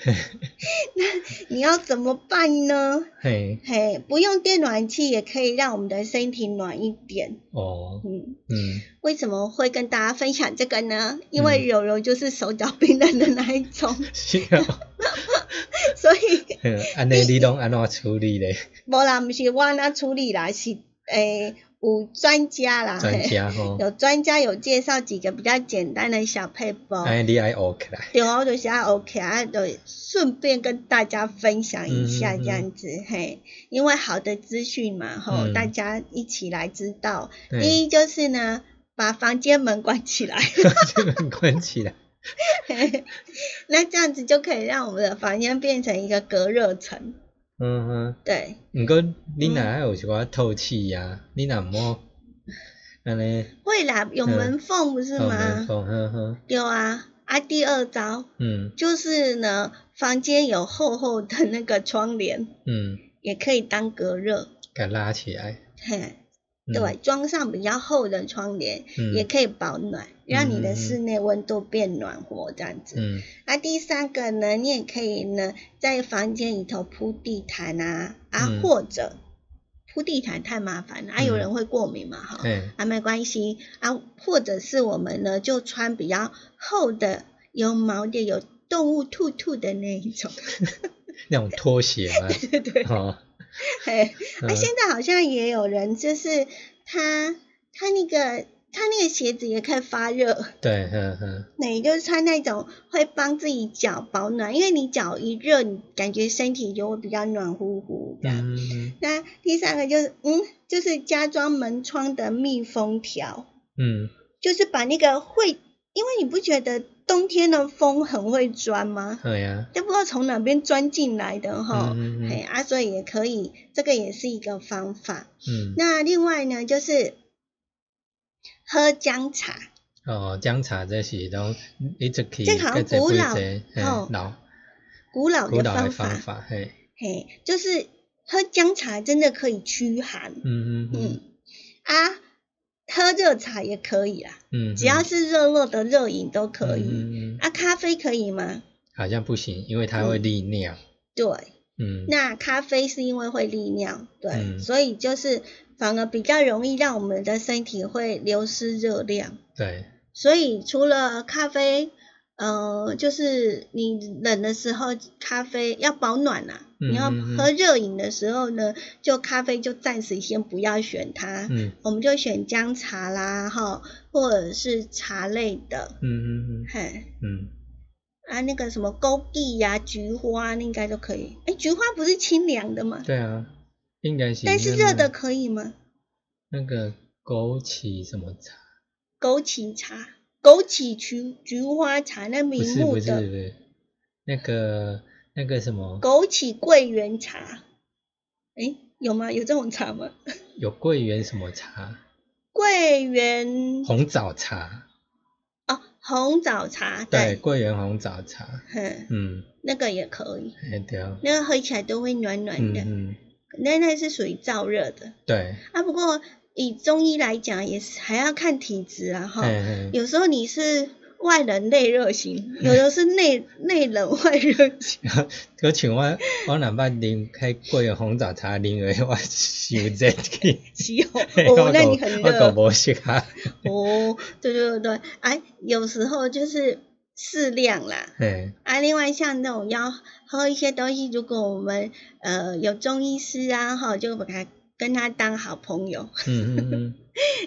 [SPEAKER 3] 那你要怎么办呢？
[SPEAKER 2] 嘿
[SPEAKER 3] 嘿，不用电暖气也可以让我们的身体暖一点。
[SPEAKER 2] 哦
[SPEAKER 3] 嗯，
[SPEAKER 2] 嗯
[SPEAKER 3] 为什么会跟大家分享这个呢？因为
[SPEAKER 2] 嗯
[SPEAKER 3] 柔柔就是手脚冰冷的那一种。
[SPEAKER 2] 是哦，
[SPEAKER 3] 所以
[SPEAKER 2] 安尼你拢安怎处理 咧？
[SPEAKER 3] 无啦，毋是我安那处理啦，是诶、有专家啦，
[SPEAKER 2] 专
[SPEAKER 3] 嘿
[SPEAKER 2] 家吼，
[SPEAKER 3] 哎有专家有介绍几个比较简单的小配包。
[SPEAKER 2] 安尼你爱学起来。
[SPEAKER 3] 对啊，我就写 OK 啊，就顺便跟大家分享一下
[SPEAKER 2] 嗯嗯嗯
[SPEAKER 3] 这样子、嘿，因为好的资讯嘛，吼、
[SPEAKER 2] 嗯
[SPEAKER 3] 大家一起来知道。
[SPEAKER 2] 对，
[SPEAKER 3] 第一就是呢，把房间门关起来，
[SPEAKER 2] 这个关起来。
[SPEAKER 3] 嘿那这样子就可以让我们的房间变成一个隔热层。
[SPEAKER 2] 嗯哼。
[SPEAKER 3] 对，
[SPEAKER 2] 毋过你若爱有一寡透气啊，你若毋好安尼
[SPEAKER 3] 会啦，有门缝不是
[SPEAKER 2] 放
[SPEAKER 3] 吗？
[SPEAKER 2] 门放，呵呵，
[SPEAKER 3] 有啊，啊，第二招
[SPEAKER 2] 嗯
[SPEAKER 3] 就是呢，房间有厚厚的那个窗帘，
[SPEAKER 2] 嗯，
[SPEAKER 3] 也可以当隔热。
[SPEAKER 2] 甲拉起来，
[SPEAKER 3] 嘿，
[SPEAKER 2] 嗯
[SPEAKER 3] 对，，装上比较厚的窗帘，
[SPEAKER 2] 嗯
[SPEAKER 3] 也可以保暖，让你的室内温度变暖和这样子。
[SPEAKER 2] 嗯
[SPEAKER 3] 那、第三个呢，你也可以呢在房间里头铺地毯啊啊，
[SPEAKER 2] 嗯
[SPEAKER 3] 或者铺地毯太麻烦了啊，
[SPEAKER 2] 嗯
[SPEAKER 3] 有人会过敏嘛哈。
[SPEAKER 2] 嘿，
[SPEAKER 3] 啊，没关系啊，或者是我们呢就穿比较厚的、有毛的、有动物兔兔的那一种。
[SPEAKER 2] 那种拖鞋嘛，
[SPEAKER 3] 对 对，
[SPEAKER 2] 吼，
[SPEAKER 3] 嘿，
[SPEAKER 2] 嗯
[SPEAKER 3] 啊，现在好像也有人，就是他他那个他那个鞋子也可以发热，
[SPEAKER 2] 对，呵呵，
[SPEAKER 3] 那你就是穿那种会帮自己脚保暖，因为你脚一热，你感觉身体就会比较暖乎乎的。
[SPEAKER 2] 嗯嗯
[SPEAKER 3] 那第三个就是，嗯，就是加装门窗的密封条，
[SPEAKER 2] 嗯，
[SPEAKER 3] 就是把那个会，因为你不觉得冬天的风很会钻吗？
[SPEAKER 2] 嗯好呀，
[SPEAKER 3] 都不知道从哪边钻进来的哈，
[SPEAKER 2] 嗯嗯嗯
[SPEAKER 3] 哎啊，所以也可以，这个也是一个方法。
[SPEAKER 2] 嗯，
[SPEAKER 3] 那另外呢，就是喝姜茶，
[SPEAKER 2] 哦，姜茶这是拢一直去，
[SPEAKER 3] 这好像古老
[SPEAKER 2] 嘿
[SPEAKER 3] 哦
[SPEAKER 2] 老
[SPEAKER 3] 古老
[SPEAKER 2] 古
[SPEAKER 3] 的
[SPEAKER 2] 老的
[SPEAKER 3] 方
[SPEAKER 2] 方
[SPEAKER 3] 法，
[SPEAKER 2] 法，嘿，
[SPEAKER 3] 嘿，就是喝姜茶真的可以驱寒，
[SPEAKER 2] 嗯嗯嗯
[SPEAKER 3] 嗯啊，喝热茶也可以啦，
[SPEAKER 2] 嗯，
[SPEAKER 3] 只要
[SPEAKER 2] 嗯
[SPEAKER 3] 是热热的热饮都可以。
[SPEAKER 2] 嗯嗯嗯
[SPEAKER 3] 啊，咖啡可以吗？
[SPEAKER 2] 好像不行，因为它会利尿，
[SPEAKER 3] 对，
[SPEAKER 2] 嗯，
[SPEAKER 3] 嗯那咖啡是因为会利尿，对，
[SPEAKER 2] 嗯
[SPEAKER 3] 所以就是反而比较容易让我们的身体会流失热量。
[SPEAKER 2] 对，
[SPEAKER 3] 所以除了咖啡，呃，就是你冷的时候咖啡要保暖啦、
[SPEAKER 2] 嗯
[SPEAKER 3] 你要
[SPEAKER 2] 嗯嗯
[SPEAKER 3] 喝热饮的时候呢，就咖啡就暂时先不要选它，
[SPEAKER 2] 嗯
[SPEAKER 3] 我们就选姜茶啦，哈，或者是茶类的，
[SPEAKER 2] 嗯嗯嗯
[SPEAKER 3] 嘿，
[SPEAKER 2] 嗯。
[SPEAKER 3] 啊，那个什么枸杞呀、菊花那应该都可以。哎，菊花不是清凉的吗？
[SPEAKER 2] 对啊，应该是。
[SPEAKER 3] 但是热的可以吗？
[SPEAKER 2] 那个枸杞什么茶？
[SPEAKER 3] 枸杞茶、枸杞菊菊花茶，那
[SPEAKER 2] 不
[SPEAKER 3] 明
[SPEAKER 2] 是
[SPEAKER 3] 目
[SPEAKER 2] 不是不
[SPEAKER 3] 的
[SPEAKER 2] 是，那个那个什么
[SPEAKER 3] 枸杞桂圆茶，诶，有吗？有这种茶吗？
[SPEAKER 2] 有桂圆什么茶？
[SPEAKER 3] 桂圆
[SPEAKER 2] 红枣茶。
[SPEAKER 3] 哦，红枣茶，
[SPEAKER 2] 对，
[SPEAKER 3] 对，
[SPEAKER 2] 桂圆红枣茶。
[SPEAKER 3] 嗯，
[SPEAKER 2] 嗯，
[SPEAKER 3] 那个也可以，
[SPEAKER 2] 哎对啊，
[SPEAKER 3] 那个喝起来都会暖暖
[SPEAKER 2] 嗯
[SPEAKER 3] 的，
[SPEAKER 2] 嗯，
[SPEAKER 3] 那那是属于燥热的
[SPEAKER 2] 对，
[SPEAKER 3] 啊。不过以中医来讲，也是还要看体质啊，哈，
[SPEAKER 2] 哎
[SPEAKER 3] 有时候你是。外冷内热型，
[SPEAKER 2] 嗯
[SPEAKER 3] 有的是内 内冷外热型，
[SPEAKER 2] 我像我我若捌啉迄桂圆红枣茶，啉诶我想热去。
[SPEAKER 3] 西红
[SPEAKER 2] 我
[SPEAKER 3] 哦，那你
[SPEAKER 2] 就
[SPEAKER 3] 很
[SPEAKER 2] 我
[SPEAKER 3] 热
[SPEAKER 2] 就无适合。
[SPEAKER 3] 哦，对对对，哎，有时候就是适量啦，
[SPEAKER 2] 嘿，
[SPEAKER 3] 啊，另外像那种要喝一些东西，如果我们呃有中医师啊，哈，就把他跟他当好朋友。
[SPEAKER 2] 嗯嗯嗯，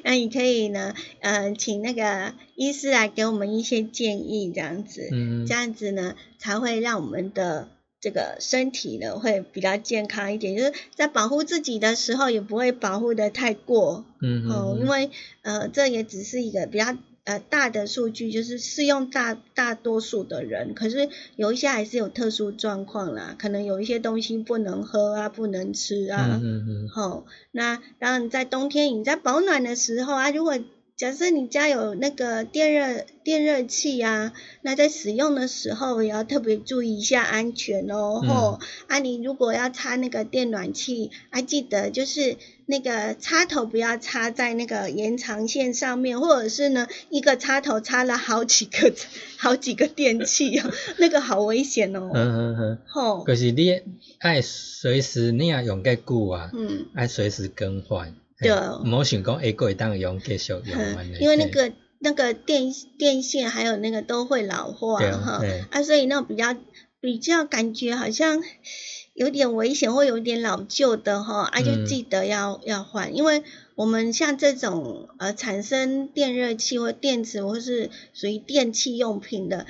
[SPEAKER 3] 那你可以呢，呃，请那个医师来给我们一些建议，这样子，
[SPEAKER 2] 嗯
[SPEAKER 3] 这样子呢才会让我们的这个身体呢会比较健康一点，就是在保护自己的时候也不会保护的太过，
[SPEAKER 2] 嗯
[SPEAKER 3] 哦，因
[SPEAKER 2] 嗯，
[SPEAKER 3] 为呃，这也只是一个比较呃大的数据，就是适用大大多数的人，可是有一些还是有特殊状况啦，可能有一些东西不能喝啊，不能吃啊。
[SPEAKER 2] 嗯嗯嗯，
[SPEAKER 3] 吼、那当然在冬天你在保暖的时候啊，如果假设你家有那个电热电热器啊，那在使用的时候也要特别注意一下安全哦。
[SPEAKER 2] 嗯
[SPEAKER 3] 吼、啊，你如果要插那个电暖器，啊，记得就是那个插头不要插在那个延长线上面，或者是呢一个插头插了好几个好几个电器啊，那个好危险哦。
[SPEAKER 2] 嗯嗯嗯。
[SPEAKER 3] 吼、
[SPEAKER 2] 就是你爱随时你也用介久啊，
[SPEAKER 3] 嗯。
[SPEAKER 2] 爱随时更换。
[SPEAKER 3] 对
[SPEAKER 2] 毋好想讲下个月当用继续用
[SPEAKER 3] 嗯
[SPEAKER 2] 安尼。
[SPEAKER 3] 因为那个那个电电线还有那个都会老化
[SPEAKER 2] 对啊
[SPEAKER 3] 哈
[SPEAKER 2] 对，
[SPEAKER 3] 啊，所以那种比较比较感觉好像有点危险或有点老旧的哈，啊就
[SPEAKER 2] 嗯
[SPEAKER 3] 记得要、要换，因为我们像这种呃产生电热器或电池或是属于电器用品的，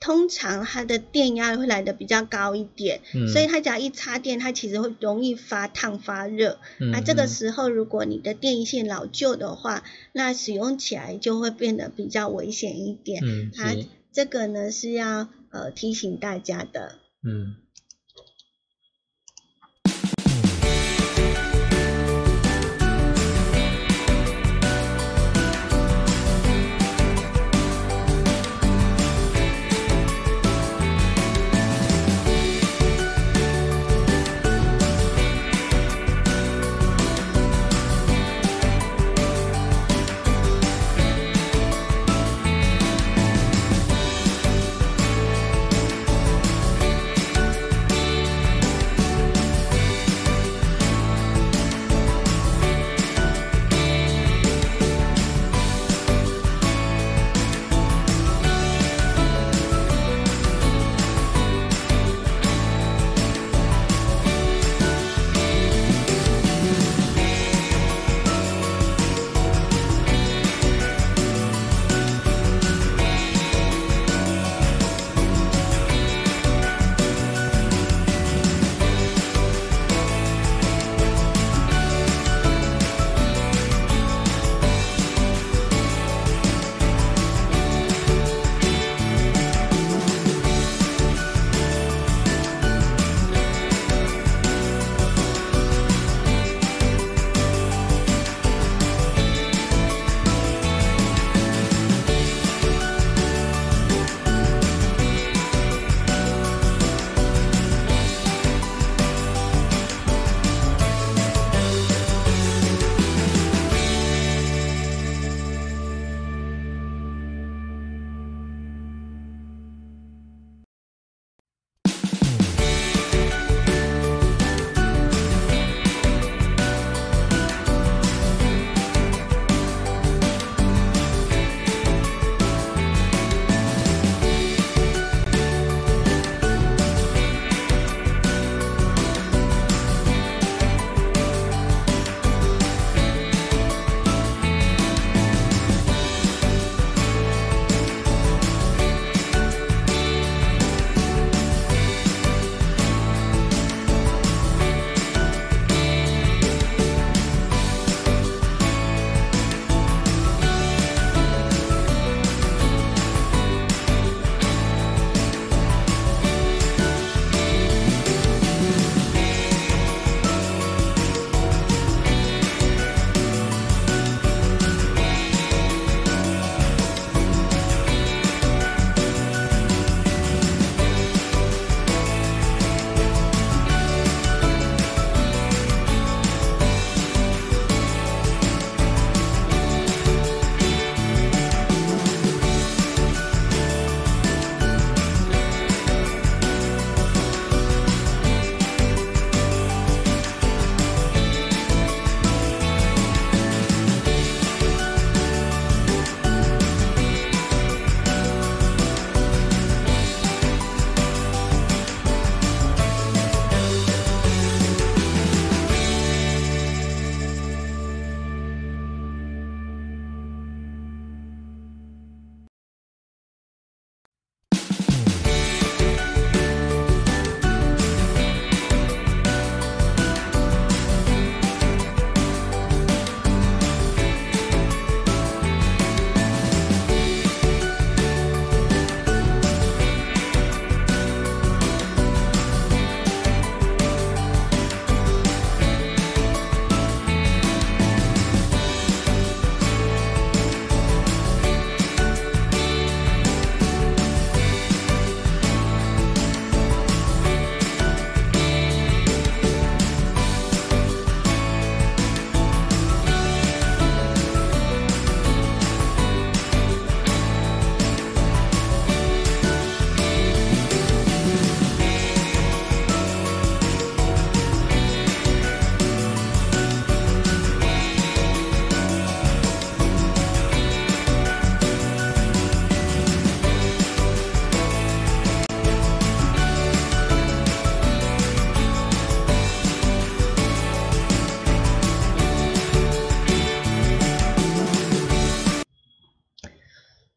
[SPEAKER 3] 通常它的电压会来的比较高一点，
[SPEAKER 2] 嗯，
[SPEAKER 3] 所以它只要一插电，它其实会容易发烫发热。
[SPEAKER 2] 嗯
[SPEAKER 3] 啊那这个
[SPEAKER 2] 嗯
[SPEAKER 3] 时候，如果你的电线老旧的话，那使用起来就会变得比较危险一点。
[SPEAKER 2] 嗯
[SPEAKER 3] 它
[SPEAKER 2] 是
[SPEAKER 3] 这个呢是要呃提醒大家的。
[SPEAKER 2] 嗯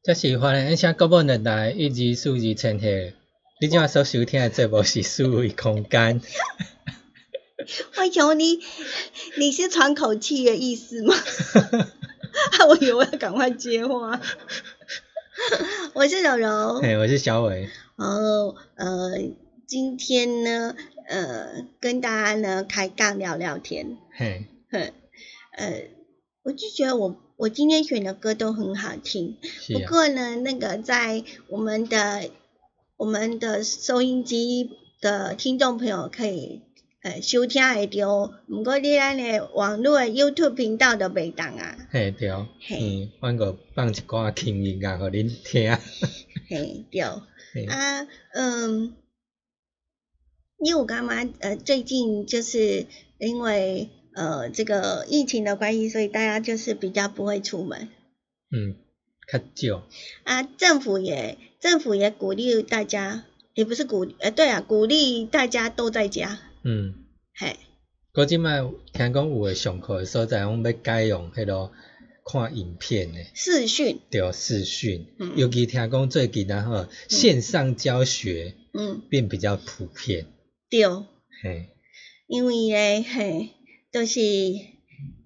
[SPEAKER 2] 这是华人声国宝电台一级数字千赫。你今晚所收听的节目是思维空间，
[SPEAKER 3] 我求你，你是喘口气的意思吗？ 啊，我以为我要赶快接话。我是柔柔，
[SPEAKER 2] 嘿，我是小伟。
[SPEAKER 3] 然后呃，今天呢，呃，跟大家呢开杠聊聊天。
[SPEAKER 2] 嘿，
[SPEAKER 3] 哼，呃，我就觉得我我今天选的歌都很好听，
[SPEAKER 2] 是
[SPEAKER 3] 不
[SPEAKER 2] 啊，
[SPEAKER 3] 过呢，那个在我们的我们的收音机的听众朋友可以呃收听会到，不过你咱的网络的 YouTube 频道都袂当 啊，
[SPEAKER 2] 嘿对，
[SPEAKER 3] 嘿
[SPEAKER 2] 嗯，阮个放一寡轻音乐互恁听。
[SPEAKER 3] 嘿对，
[SPEAKER 2] 嘿
[SPEAKER 3] 啊嗯，因为我干妈呃最近就是因为呃这个疫情的关系，所以大家就是比较不会出门
[SPEAKER 2] 嗯，较少，
[SPEAKER 3] 啊，政府也政府也鼓励大家。也不是鼓励，呃，对啊，鼓励大家都在家，
[SPEAKER 2] 嗯，
[SPEAKER 3] 嘿，
[SPEAKER 2] 过即摆听讲有诶上课诶所在，阮要改用迄落看影片诶，
[SPEAKER 3] 视讯，
[SPEAKER 2] 对，哦视讯。
[SPEAKER 3] 嗯
[SPEAKER 2] 尤其听讲最近啊吼，线上教学
[SPEAKER 3] 嗯，
[SPEAKER 2] 变比较普遍，
[SPEAKER 3] 对，哦
[SPEAKER 2] 嘿，
[SPEAKER 3] 因为嘞，嘿，就是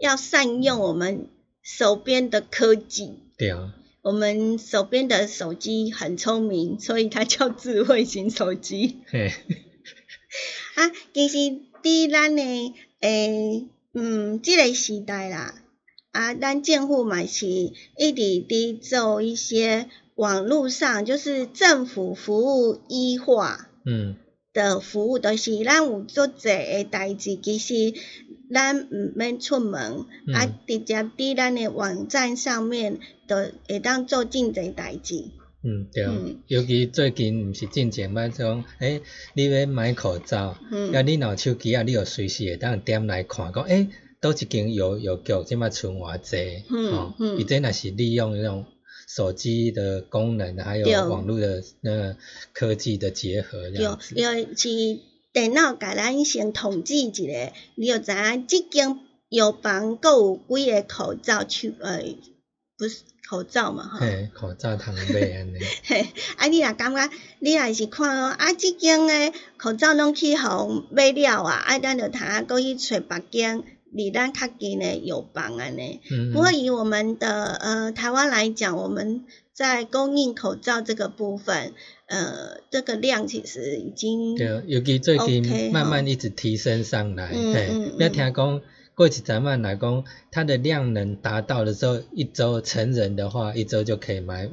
[SPEAKER 3] 要善用我们手边的科技，
[SPEAKER 2] 对，啊
[SPEAKER 3] 我们手边的手机很聪明，所以它叫智慧型手机
[SPEAKER 2] 嘿，
[SPEAKER 3] 啊。其实，伫咱的诶，嗯，这个时代啦，啊，咱政府嘛是一直伫做一些网络上，就是政府服务医化。
[SPEAKER 2] 嗯，
[SPEAKER 3] 的服务，就是咱有足济诶代志，其实咱毋免出门，
[SPEAKER 2] 嗯
[SPEAKER 3] 啊，直接伫咱诶网站上面，就会当做真济代志。
[SPEAKER 2] 嗯，对。
[SPEAKER 3] 嗯
[SPEAKER 2] 尤其最近毋是进前捌讲，诶、你要买口罩，啊，
[SPEAKER 3] 嗯，
[SPEAKER 2] 你若有手机啊，你就随时会当点来看，讲诶，倒、一间药药局即摆剩偌济，
[SPEAKER 3] 嗯
[SPEAKER 2] 吼
[SPEAKER 3] 嗯
[SPEAKER 2] 伊这若是利用那种手机的功能，还
[SPEAKER 3] 对
[SPEAKER 2] 有网络的那个科技的结合，这样
[SPEAKER 3] 有
[SPEAKER 2] 子。
[SPEAKER 3] 有是电脑甲咱先统计一下，你就知影即间药房阁有几个口罩去，呃，不是口罩嘛，吼。
[SPEAKER 2] 嘿，口罩通买安尼，
[SPEAKER 3] 嘿，啊，你若感觉你若是看咯，啊，即间诶口罩拢去互买了啊，啊，咱就通过去找别间离咱较近诶药房安尼。
[SPEAKER 2] 嗯，
[SPEAKER 3] 不过以我们的呃台湾来讲，我们在供应口罩这个部分，呃，这个量其实已经
[SPEAKER 2] 对，尤其最
[SPEAKER 3] 嗯 OK，
[SPEAKER 2] 近慢慢
[SPEAKER 3] 好
[SPEAKER 2] 一直提升上来，
[SPEAKER 3] 嗯
[SPEAKER 2] 嘿
[SPEAKER 3] 嗯，
[SPEAKER 2] 要
[SPEAKER 3] 嗯
[SPEAKER 2] 听讲过一阵慢来讲，它的量能达到的时候，一周成人的话，一周就可以买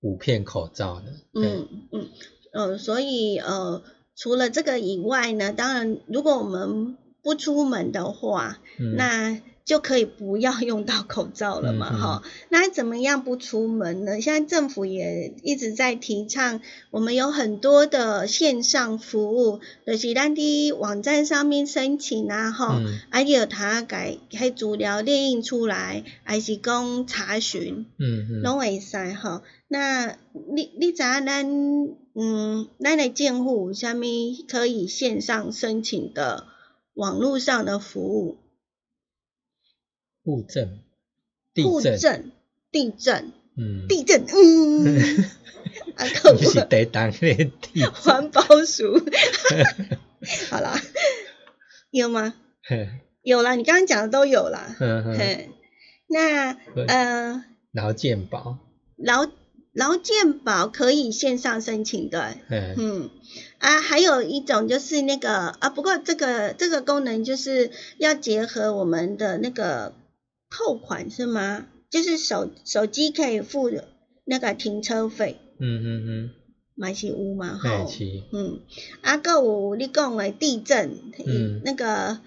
[SPEAKER 2] 五片口罩了，嘿，
[SPEAKER 3] 嗯嗯呃，所以呃，除了这个以外呢，当然如果我们不出门的话，
[SPEAKER 2] 嗯，
[SPEAKER 3] 那就可以不要用到口罩了嘛，
[SPEAKER 2] 嗯嗯
[SPEAKER 3] 哈、那怎么样不出门呢？现在政府也一直在提倡，我们有很多的线上服务，就是咱的网站上面申请啊，哈、
[SPEAKER 2] 嗯
[SPEAKER 3] 还有他改迄资料列印出来，还是讲查询，
[SPEAKER 2] 嗯嗯，
[SPEAKER 3] 拢会使吼。那你你知影咱嗯，咱的政府有啥物可以线上申请的网络上的服务？
[SPEAKER 2] 物证、地
[SPEAKER 3] 布
[SPEAKER 2] 震，
[SPEAKER 3] 阵、地震、
[SPEAKER 2] 嗯，
[SPEAKER 3] 地震，嗯， 啊，可
[SPEAKER 2] 不是
[SPEAKER 3] 恶，
[SPEAKER 2] 地震，那个 地震，
[SPEAKER 3] 环保 署，好啦，有吗？
[SPEAKER 2] 嘿
[SPEAKER 3] 有啦，你刚刚讲的都有啦。
[SPEAKER 2] 嗯嗯，
[SPEAKER 3] 嘿，那呃，
[SPEAKER 2] 劳健保，
[SPEAKER 3] 劳劳健保可以线上申请的，
[SPEAKER 2] 嗯
[SPEAKER 3] 嗯啊，还有一种就是那个啊，不过这个这个功能就是要结合我们的那个扣款是吗？就是手手机可以付那个停车费，
[SPEAKER 2] 嗯嗯
[SPEAKER 3] 买是有嘛
[SPEAKER 2] 嗯，嘿
[SPEAKER 3] 吼。
[SPEAKER 2] 是，
[SPEAKER 3] 嗯，啊，搁有你讲的地震，
[SPEAKER 2] 嗯
[SPEAKER 3] 那个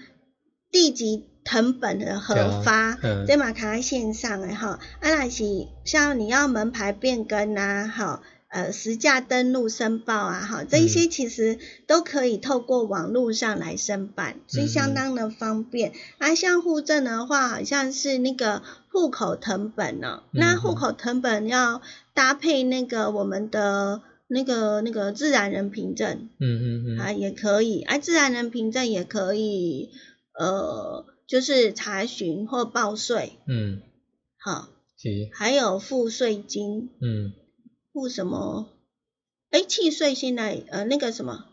[SPEAKER 3] 地级成本的
[SPEAKER 2] 对
[SPEAKER 3] 核
[SPEAKER 2] 啊
[SPEAKER 3] 发，
[SPEAKER 2] 嗯
[SPEAKER 3] 这嘛卡在线上的吼，啊，若是像你要门牌变更啊，吼，呃，实价登录申报啊，吼，这一些
[SPEAKER 2] 嗯
[SPEAKER 3] 其实都可以透过网络上来申办，所以相当的方便。啊，像户政的话，好像是那个户口成本呢、那户
[SPEAKER 2] 嗯
[SPEAKER 3] 口成本要搭配那个我们的那个那个自然人凭证，
[SPEAKER 2] 嗯嗯
[SPEAKER 3] 啊，
[SPEAKER 2] 嗯，
[SPEAKER 3] 也可以，啊，自然人凭证也可以，呃，就是查询或报税，
[SPEAKER 2] 嗯，
[SPEAKER 3] 好，
[SPEAKER 2] 是，
[SPEAKER 3] 还有付税金，
[SPEAKER 2] 嗯，
[SPEAKER 3] 付什么？哎，契税现在呃那个什么，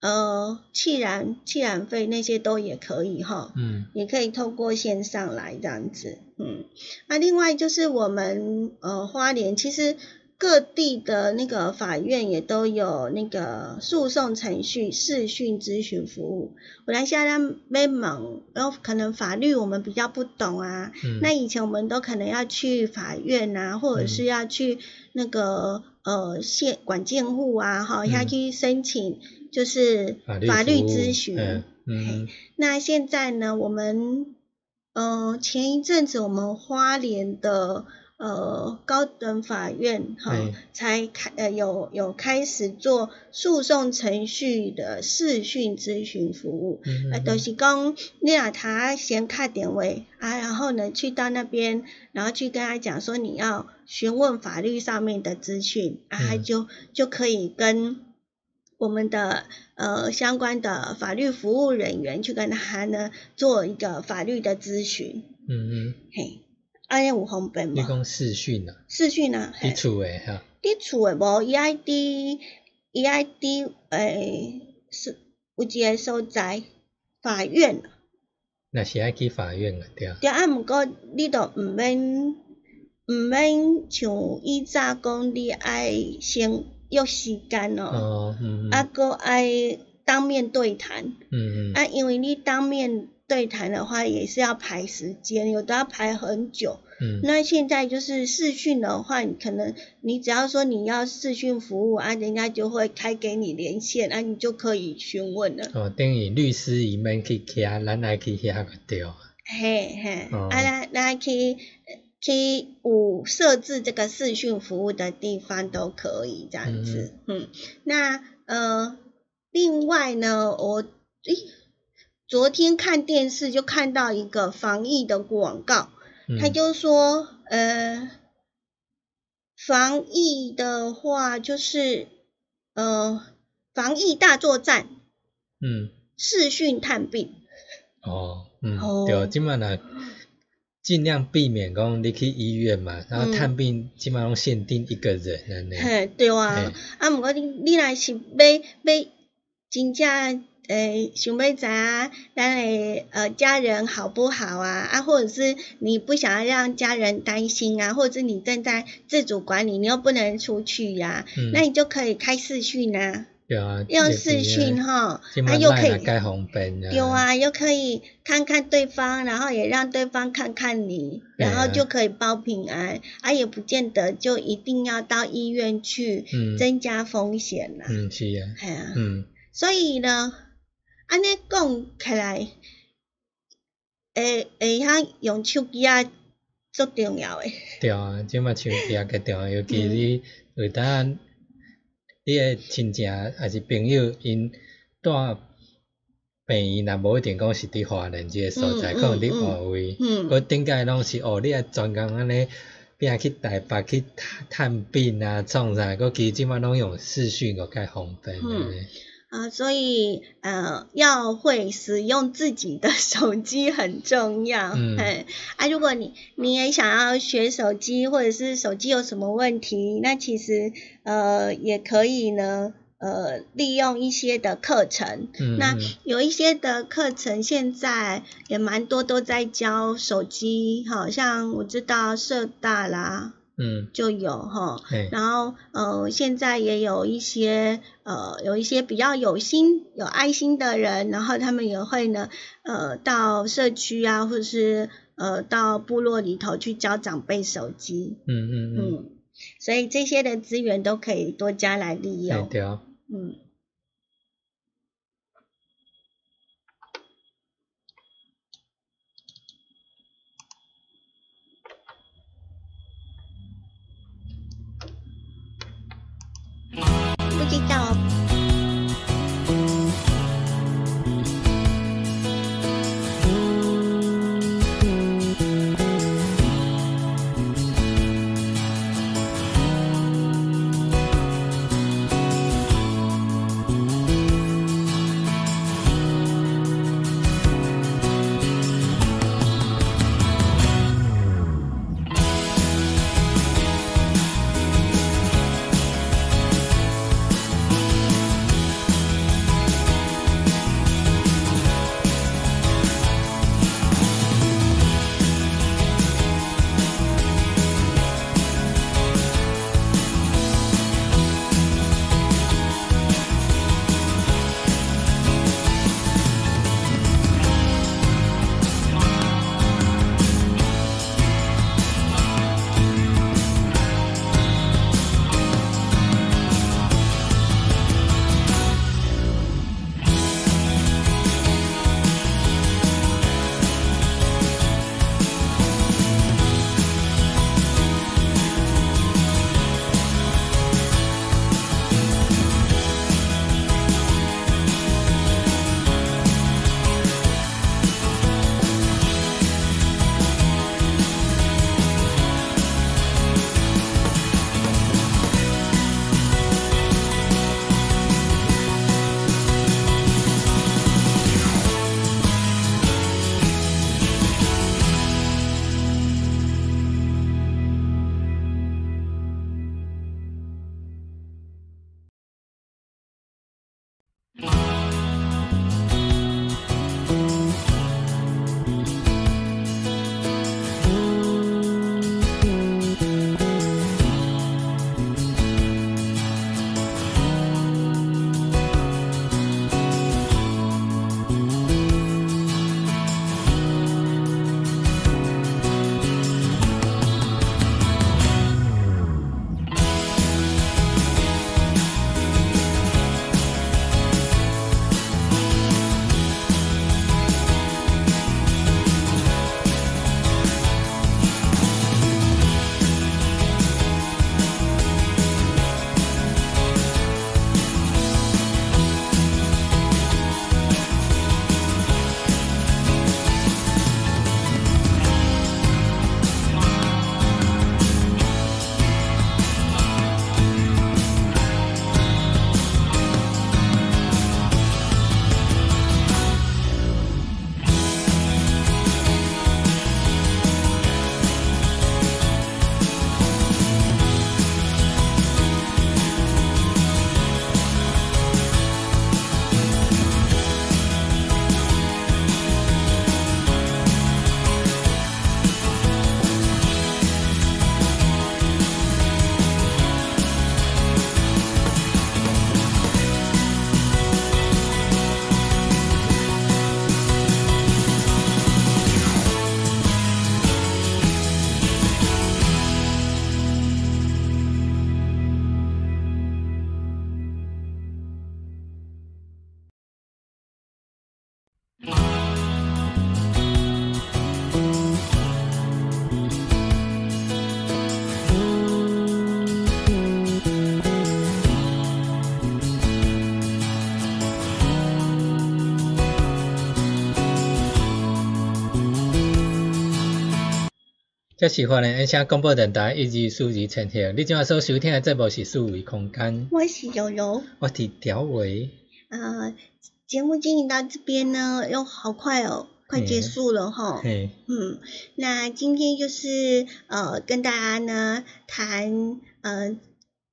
[SPEAKER 3] 呃，气燃气燃费那些都也可以哈，
[SPEAKER 2] 嗯，
[SPEAKER 3] 也可以透过线上来这样子，嗯，那、另外就是我们呃花莲其实各地的那个法院也都有那个诉讼程序视讯咨询服务，本来现在没忙，然后可能法律我们比较不懂啊，
[SPEAKER 2] 嗯，
[SPEAKER 3] 那以前我们都可能要去法院啊，或者是要去那个呃县管监护啊，哈，
[SPEAKER 2] 嗯
[SPEAKER 3] 要去申请就是
[SPEAKER 2] 法律
[SPEAKER 3] 法律
[SPEAKER 2] 服务
[SPEAKER 3] 咨询。
[SPEAKER 2] 嗯嗯
[SPEAKER 3] 那现在呢，我们呃前一阵子我们花莲的呃高等法院哈、
[SPEAKER 2] 哎
[SPEAKER 3] 才开呃有有开始做诉讼程序的视讯咨询服务。
[SPEAKER 2] 嗯，
[SPEAKER 3] 啊，
[SPEAKER 2] 嗯
[SPEAKER 3] 就是讲你让他先看点位啊，然后呢去到那边，然后去跟他讲说你要询问法律上面的资讯，啊，他
[SPEAKER 2] 嗯
[SPEAKER 3] 就就可以跟我们的呃相关的法律服务人员去跟他呢做一个法律的咨询，
[SPEAKER 2] 嗯
[SPEAKER 3] 嘿，安尼有方便
[SPEAKER 2] 嗯，你
[SPEAKER 3] 吗？
[SPEAKER 2] 讲视讯啊，
[SPEAKER 3] 视讯啊，
[SPEAKER 2] 你
[SPEAKER 3] 嘿
[SPEAKER 2] 厝诶哈，
[SPEAKER 3] 你厝诶无伊爱伫伊爱伫诶是有一个所在法院。
[SPEAKER 2] 若是爱去法院啊，对啊，
[SPEAKER 3] 对啊，毋过你都毋免毋免像以早讲，你爱先约时间哦，
[SPEAKER 2] 哦，嗯嗯
[SPEAKER 3] 啊，搁爱当面对谈。
[SPEAKER 2] 嗯嗯
[SPEAKER 3] 啊，因为你当面对谈的话，也是要排时间，有的要排很久。
[SPEAKER 2] 嗯
[SPEAKER 3] 那现在就是视讯的话，你可能你只要说你要视讯服务啊，人家就会开给你连线，啊，你就可以询问了。
[SPEAKER 2] 哦，等于律师伊免去徛，咱爱去遐个对啊。
[SPEAKER 3] 嘿嘿，
[SPEAKER 2] 哦
[SPEAKER 3] 啊，咱咱去去有设置这个视讯服务的地方都可以这样子，嗯那呃，另外呢，我诶，昨天看电视就看到一个防疫的广告，
[SPEAKER 2] 嗯
[SPEAKER 3] 他就说，呃，防疫的话就是呃，防疫大作战，
[SPEAKER 2] 嗯
[SPEAKER 3] 视讯探病，
[SPEAKER 2] 哦嗯
[SPEAKER 3] 哦
[SPEAKER 2] 对，即满若尽量避免讲你去医院嘛，然后
[SPEAKER 3] 嗯
[SPEAKER 2] 探病即满拢限定一个人安尼。
[SPEAKER 3] 嘿，对啊
[SPEAKER 2] 嘿，
[SPEAKER 3] 啊，毋过你你若是要要真正诶、想要知影咱诶呃家人好不好啊？啊，或者是你不想要让家人担心啊，或者是你正在自主管理，你又不能出去呀、
[SPEAKER 2] 嗯
[SPEAKER 3] 那你就可以开视讯啊，
[SPEAKER 2] 对啊，
[SPEAKER 3] 用
[SPEAKER 2] 这个
[SPEAKER 3] 视讯吼，
[SPEAKER 2] 即
[SPEAKER 3] 啊
[SPEAKER 2] 满
[SPEAKER 3] 又可
[SPEAKER 2] 赖
[SPEAKER 3] 以
[SPEAKER 2] 也该方便啊。
[SPEAKER 3] 有，啊，又可以看看对方，然后也让对方看看你，
[SPEAKER 2] 对
[SPEAKER 3] 然后
[SPEAKER 2] 啊
[SPEAKER 3] 就可以报平安，啊，也不见得就一定要到医院去
[SPEAKER 2] 嗯
[SPEAKER 3] 增加风险啦。
[SPEAKER 2] 嗯是啊，
[SPEAKER 3] 嘿啊，
[SPEAKER 2] 嗯
[SPEAKER 3] 所以呢，安尼讲起来，会会晓用手机啊，足重要诶。
[SPEAKER 2] 对啊，即满手机啊较重要，尤其
[SPEAKER 3] 嗯
[SPEAKER 2] 你有当你诶亲戚还是朋友因带病院，若无一定讲是伫华人即个所在，
[SPEAKER 3] 嗯
[SPEAKER 2] 可能伫
[SPEAKER 3] 嗯
[SPEAKER 2] 外围。
[SPEAKER 3] 嗯
[SPEAKER 2] 我顶届拢是哦，你啊专工安尼，变去台北去探探病啊，创啥？我其实即摆拢用视讯个较方便安尼。
[SPEAKER 3] 啊，所以呃，要会使用自己的手机很重要。
[SPEAKER 2] 嗯
[SPEAKER 3] 哎，啊，如果你你也想要学手机，或者是手机有什么问题，那其实呃也可以呢，呃，利用一些的课程。
[SPEAKER 2] 嗯
[SPEAKER 3] 那
[SPEAKER 2] 嗯
[SPEAKER 3] 有一些的课程现在也蛮多都在教手机，好像我知道社大啦
[SPEAKER 2] 嗯，
[SPEAKER 3] 就有哈，
[SPEAKER 2] 嘿，
[SPEAKER 3] 然后呃，现在也有一些呃，有一些比较有心、有爱心的人，然后他们也会呢，呃，到社区啊，或者是呃，到部落里头去教长辈手机，
[SPEAKER 2] 嗯嗯嗯，
[SPEAKER 3] 嗯，所以这些的资源都可以多加来利
[SPEAKER 2] 嘿
[SPEAKER 3] 用，
[SPEAKER 2] 对啊，
[SPEAKER 3] 嗯，不知道
[SPEAKER 2] 嗯这是欢迎按下广播电台以及数字千赫。你今晚所收听的节目是《数维空间》，
[SPEAKER 3] 我是柔柔。
[SPEAKER 2] 我是条伟。
[SPEAKER 3] 啊，节目进行到这边呢，又好快哦，快结
[SPEAKER 2] 嗯
[SPEAKER 3] 束了哈。
[SPEAKER 2] 嘿，
[SPEAKER 3] 嗯，那今天就是呃跟大家呢谈呃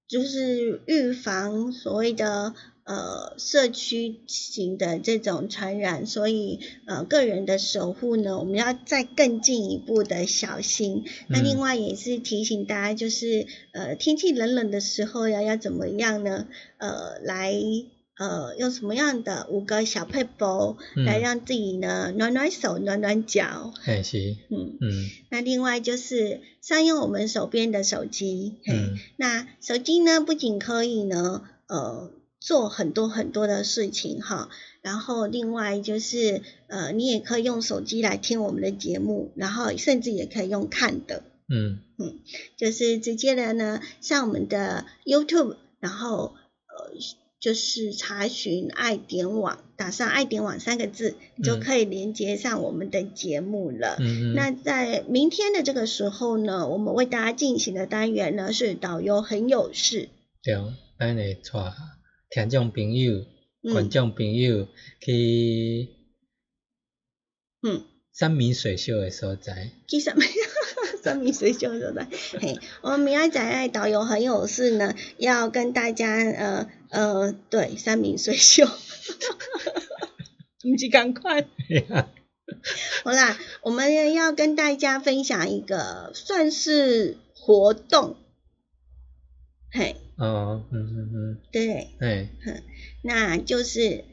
[SPEAKER 3] 就是预防所谓的呃社区型的这种传染，所以呃个人的守护呢，我们要再更进一步的小心。那另
[SPEAKER 2] 嗯
[SPEAKER 3] 外也是提醒大家，就是呃天气冷冷的时候呀，要怎么样呢？呃，来呃用什么样的五个小配包、来
[SPEAKER 2] 嗯
[SPEAKER 3] 让自己呢暖暖手、暖暖脚。
[SPEAKER 2] 嘿是，
[SPEAKER 3] 嗯，
[SPEAKER 2] 嗯
[SPEAKER 3] 那另外就是善用我们手边的手机。嘿
[SPEAKER 2] 嗯
[SPEAKER 3] 那手机呢，不仅可以呢，呃，做很多很多的事情哈。然后另外就是，呃，你也可以用手机来听我们的节目，然后甚至也可以用看的，
[SPEAKER 2] 嗯，
[SPEAKER 3] 就是直接的呢上我们的 YouTube，然后呃就是查询爱点网，打上爱点网三个字，你就
[SPEAKER 2] 嗯
[SPEAKER 3] 可以连接上我们的节目了。
[SPEAKER 2] 嗯嗯
[SPEAKER 3] 那在明天的这个时候呢，我们为大家进行的单元呢是导游很有事，
[SPEAKER 2] 对，咱会带听众朋友、观
[SPEAKER 3] 嗯
[SPEAKER 2] 众朋友去
[SPEAKER 3] 嗯，
[SPEAKER 2] 山明水秀的所在。
[SPEAKER 3] 去什么？说明水秀说的，嘿，我们明仔载导游很有事呢，要跟大家呃呃，对，山明水秀，不是 赶快，好啦，我们要跟大家分享一个算是活动，嘿，
[SPEAKER 2] 哦，嗯嗯嗯，
[SPEAKER 3] 对，
[SPEAKER 2] 嘿，
[SPEAKER 3] 那就是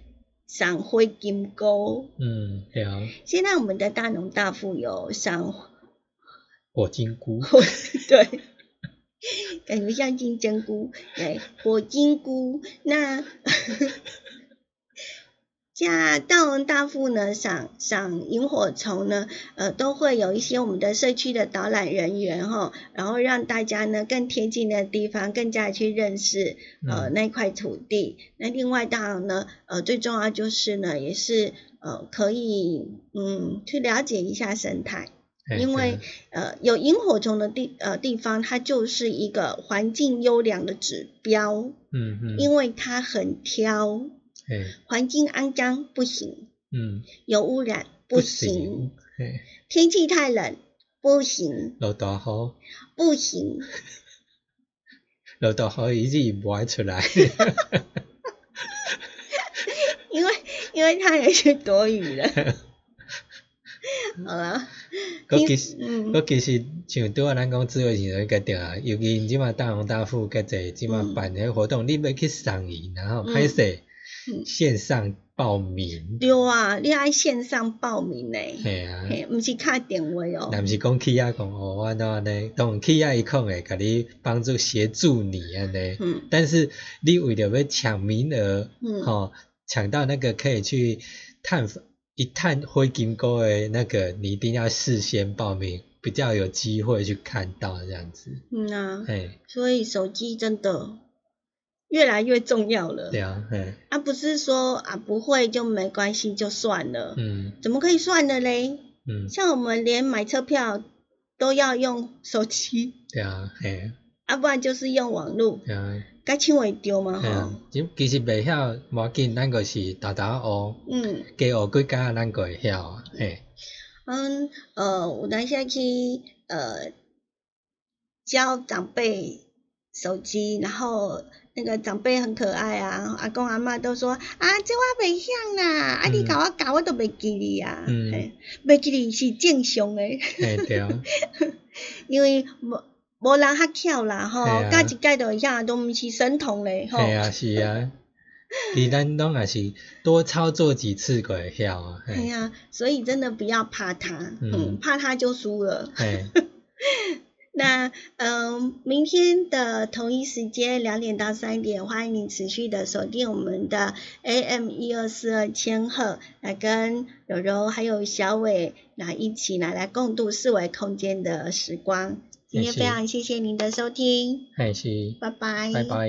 [SPEAKER 3] 赏灰金钩。
[SPEAKER 2] 嗯对，
[SPEAKER 3] 现在我们的大农大富有赏，
[SPEAKER 2] 火金菇，
[SPEAKER 3] 对，感觉像金针菇，对，火金菇。那 像大农大富呢，赏赏萤火虫呢，呃，都会有一些我们的社区的导览人员哈，然后让大家呢更贴近的地方，更加去认识呃
[SPEAKER 2] 嗯
[SPEAKER 3] 那块土地。那另外当然呢，呃，最重要就是呢，也是呃可以嗯去了解一下生态。
[SPEAKER 2] 嘿
[SPEAKER 3] 因为
[SPEAKER 2] 对
[SPEAKER 3] 呃有萤火虫的地呃地方，它就是一个环境优良的指标，
[SPEAKER 2] 嗯嗯，
[SPEAKER 3] 因为它很挑，
[SPEAKER 2] 嘿，
[SPEAKER 3] 环境肮脏不行，
[SPEAKER 2] 嗯，
[SPEAKER 3] 有污染不行，，
[SPEAKER 2] 嘿，
[SPEAKER 3] 天气太冷不行
[SPEAKER 2] 落大雨，
[SPEAKER 3] 不行，
[SPEAKER 2] 落大雨伊是无爱出 来。
[SPEAKER 3] 因为因为它也是躲雨了。好啦，
[SPEAKER 2] 搁
[SPEAKER 3] 你
[SPEAKER 2] 其实，
[SPEAKER 3] 嗯
[SPEAKER 2] 搁其实像拄仔咱讲智慧型人决定啊，尤其因即马大红大富较济，即马
[SPEAKER 3] 嗯
[SPEAKER 2] 办迄活动，你要去送伊，然后
[SPEAKER 3] 嗯
[SPEAKER 2] 歹势
[SPEAKER 3] 嗯
[SPEAKER 2] 线上报名，
[SPEAKER 3] 对啊，你爱线上报名呢、欸，
[SPEAKER 2] 嘿啊，
[SPEAKER 3] 嘿，毋是敲电话哦、
[SPEAKER 2] 若毋是讲企业讲哦，我怎安尼，当然企业伊讲会甲你帮助协助你安尼，
[SPEAKER 3] 嗯
[SPEAKER 2] 但是你为了要抢名额，
[SPEAKER 3] 嗯
[SPEAKER 2] 吼、抢到那个可以去探访一探灰金沟的那个，你一定要事先报名，比较有机会去看到这样子。
[SPEAKER 3] 嗯啊，
[SPEAKER 2] 哎，
[SPEAKER 3] 所以手机真的越来越重要了。
[SPEAKER 2] 对啊，哎，
[SPEAKER 3] 啊，不是说啊不会就没关系就算了，
[SPEAKER 2] 嗯
[SPEAKER 3] 怎么可以算了嘞？
[SPEAKER 2] 嗯，
[SPEAKER 3] 像我们连买车票都要用手机，
[SPEAKER 2] 对啊，哎，
[SPEAKER 3] 啊不然就是用网络，
[SPEAKER 2] 对啊，
[SPEAKER 3] 该抢会丢嘛
[SPEAKER 2] 哎
[SPEAKER 3] 吼
[SPEAKER 2] 啊。，其其实袂晓，无要紧，咱个是豆豆
[SPEAKER 3] 嗯
[SPEAKER 2] 学，加学几家咱个会晓啊，嘿，
[SPEAKER 3] 嗯呃，有当下去呃教长辈手机，然后那个长辈很可爱啊，阿公阿嬷都说啊，这我袂晓啦，啊你
[SPEAKER 2] 嗯
[SPEAKER 3] 教我教我都袂记你啊，
[SPEAKER 2] 嗯
[SPEAKER 3] 嘿袂记你是正常诶。
[SPEAKER 2] 嘿，对 啊，
[SPEAKER 3] 因为无无人较巧啦吼，
[SPEAKER 2] 嘿啊
[SPEAKER 3] 教、一届就会晓，都毋是神童咧吼。
[SPEAKER 2] 嘿啊，是啊，其实咱拢也是多操作几次个会晓啊，
[SPEAKER 3] 嘿
[SPEAKER 2] 嘿，
[SPEAKER 3] 啊，所以真的不要怕他，嗯，
[SPEAKER 2] 嗯
[SPEAKER 3] 怕他就输了。
[SPEAKER 2] 嘿，
[SPEAKER 3] 那嗯、呃明天的同一时间两点到三点，欢迎你持续的锁定我们的 AM 一二四二千赫，来跟柔柔还有小伟来一起来来共度四维空间的时光。今天
[SPEAKER 2] 谢谢
[SPEAKER 3] 非常谢谢您的收听，
[SPEAKER 2] 哎嘿是，
[SPEAKER 3] 拜拜，
[SPEAKER 2] 拜拜。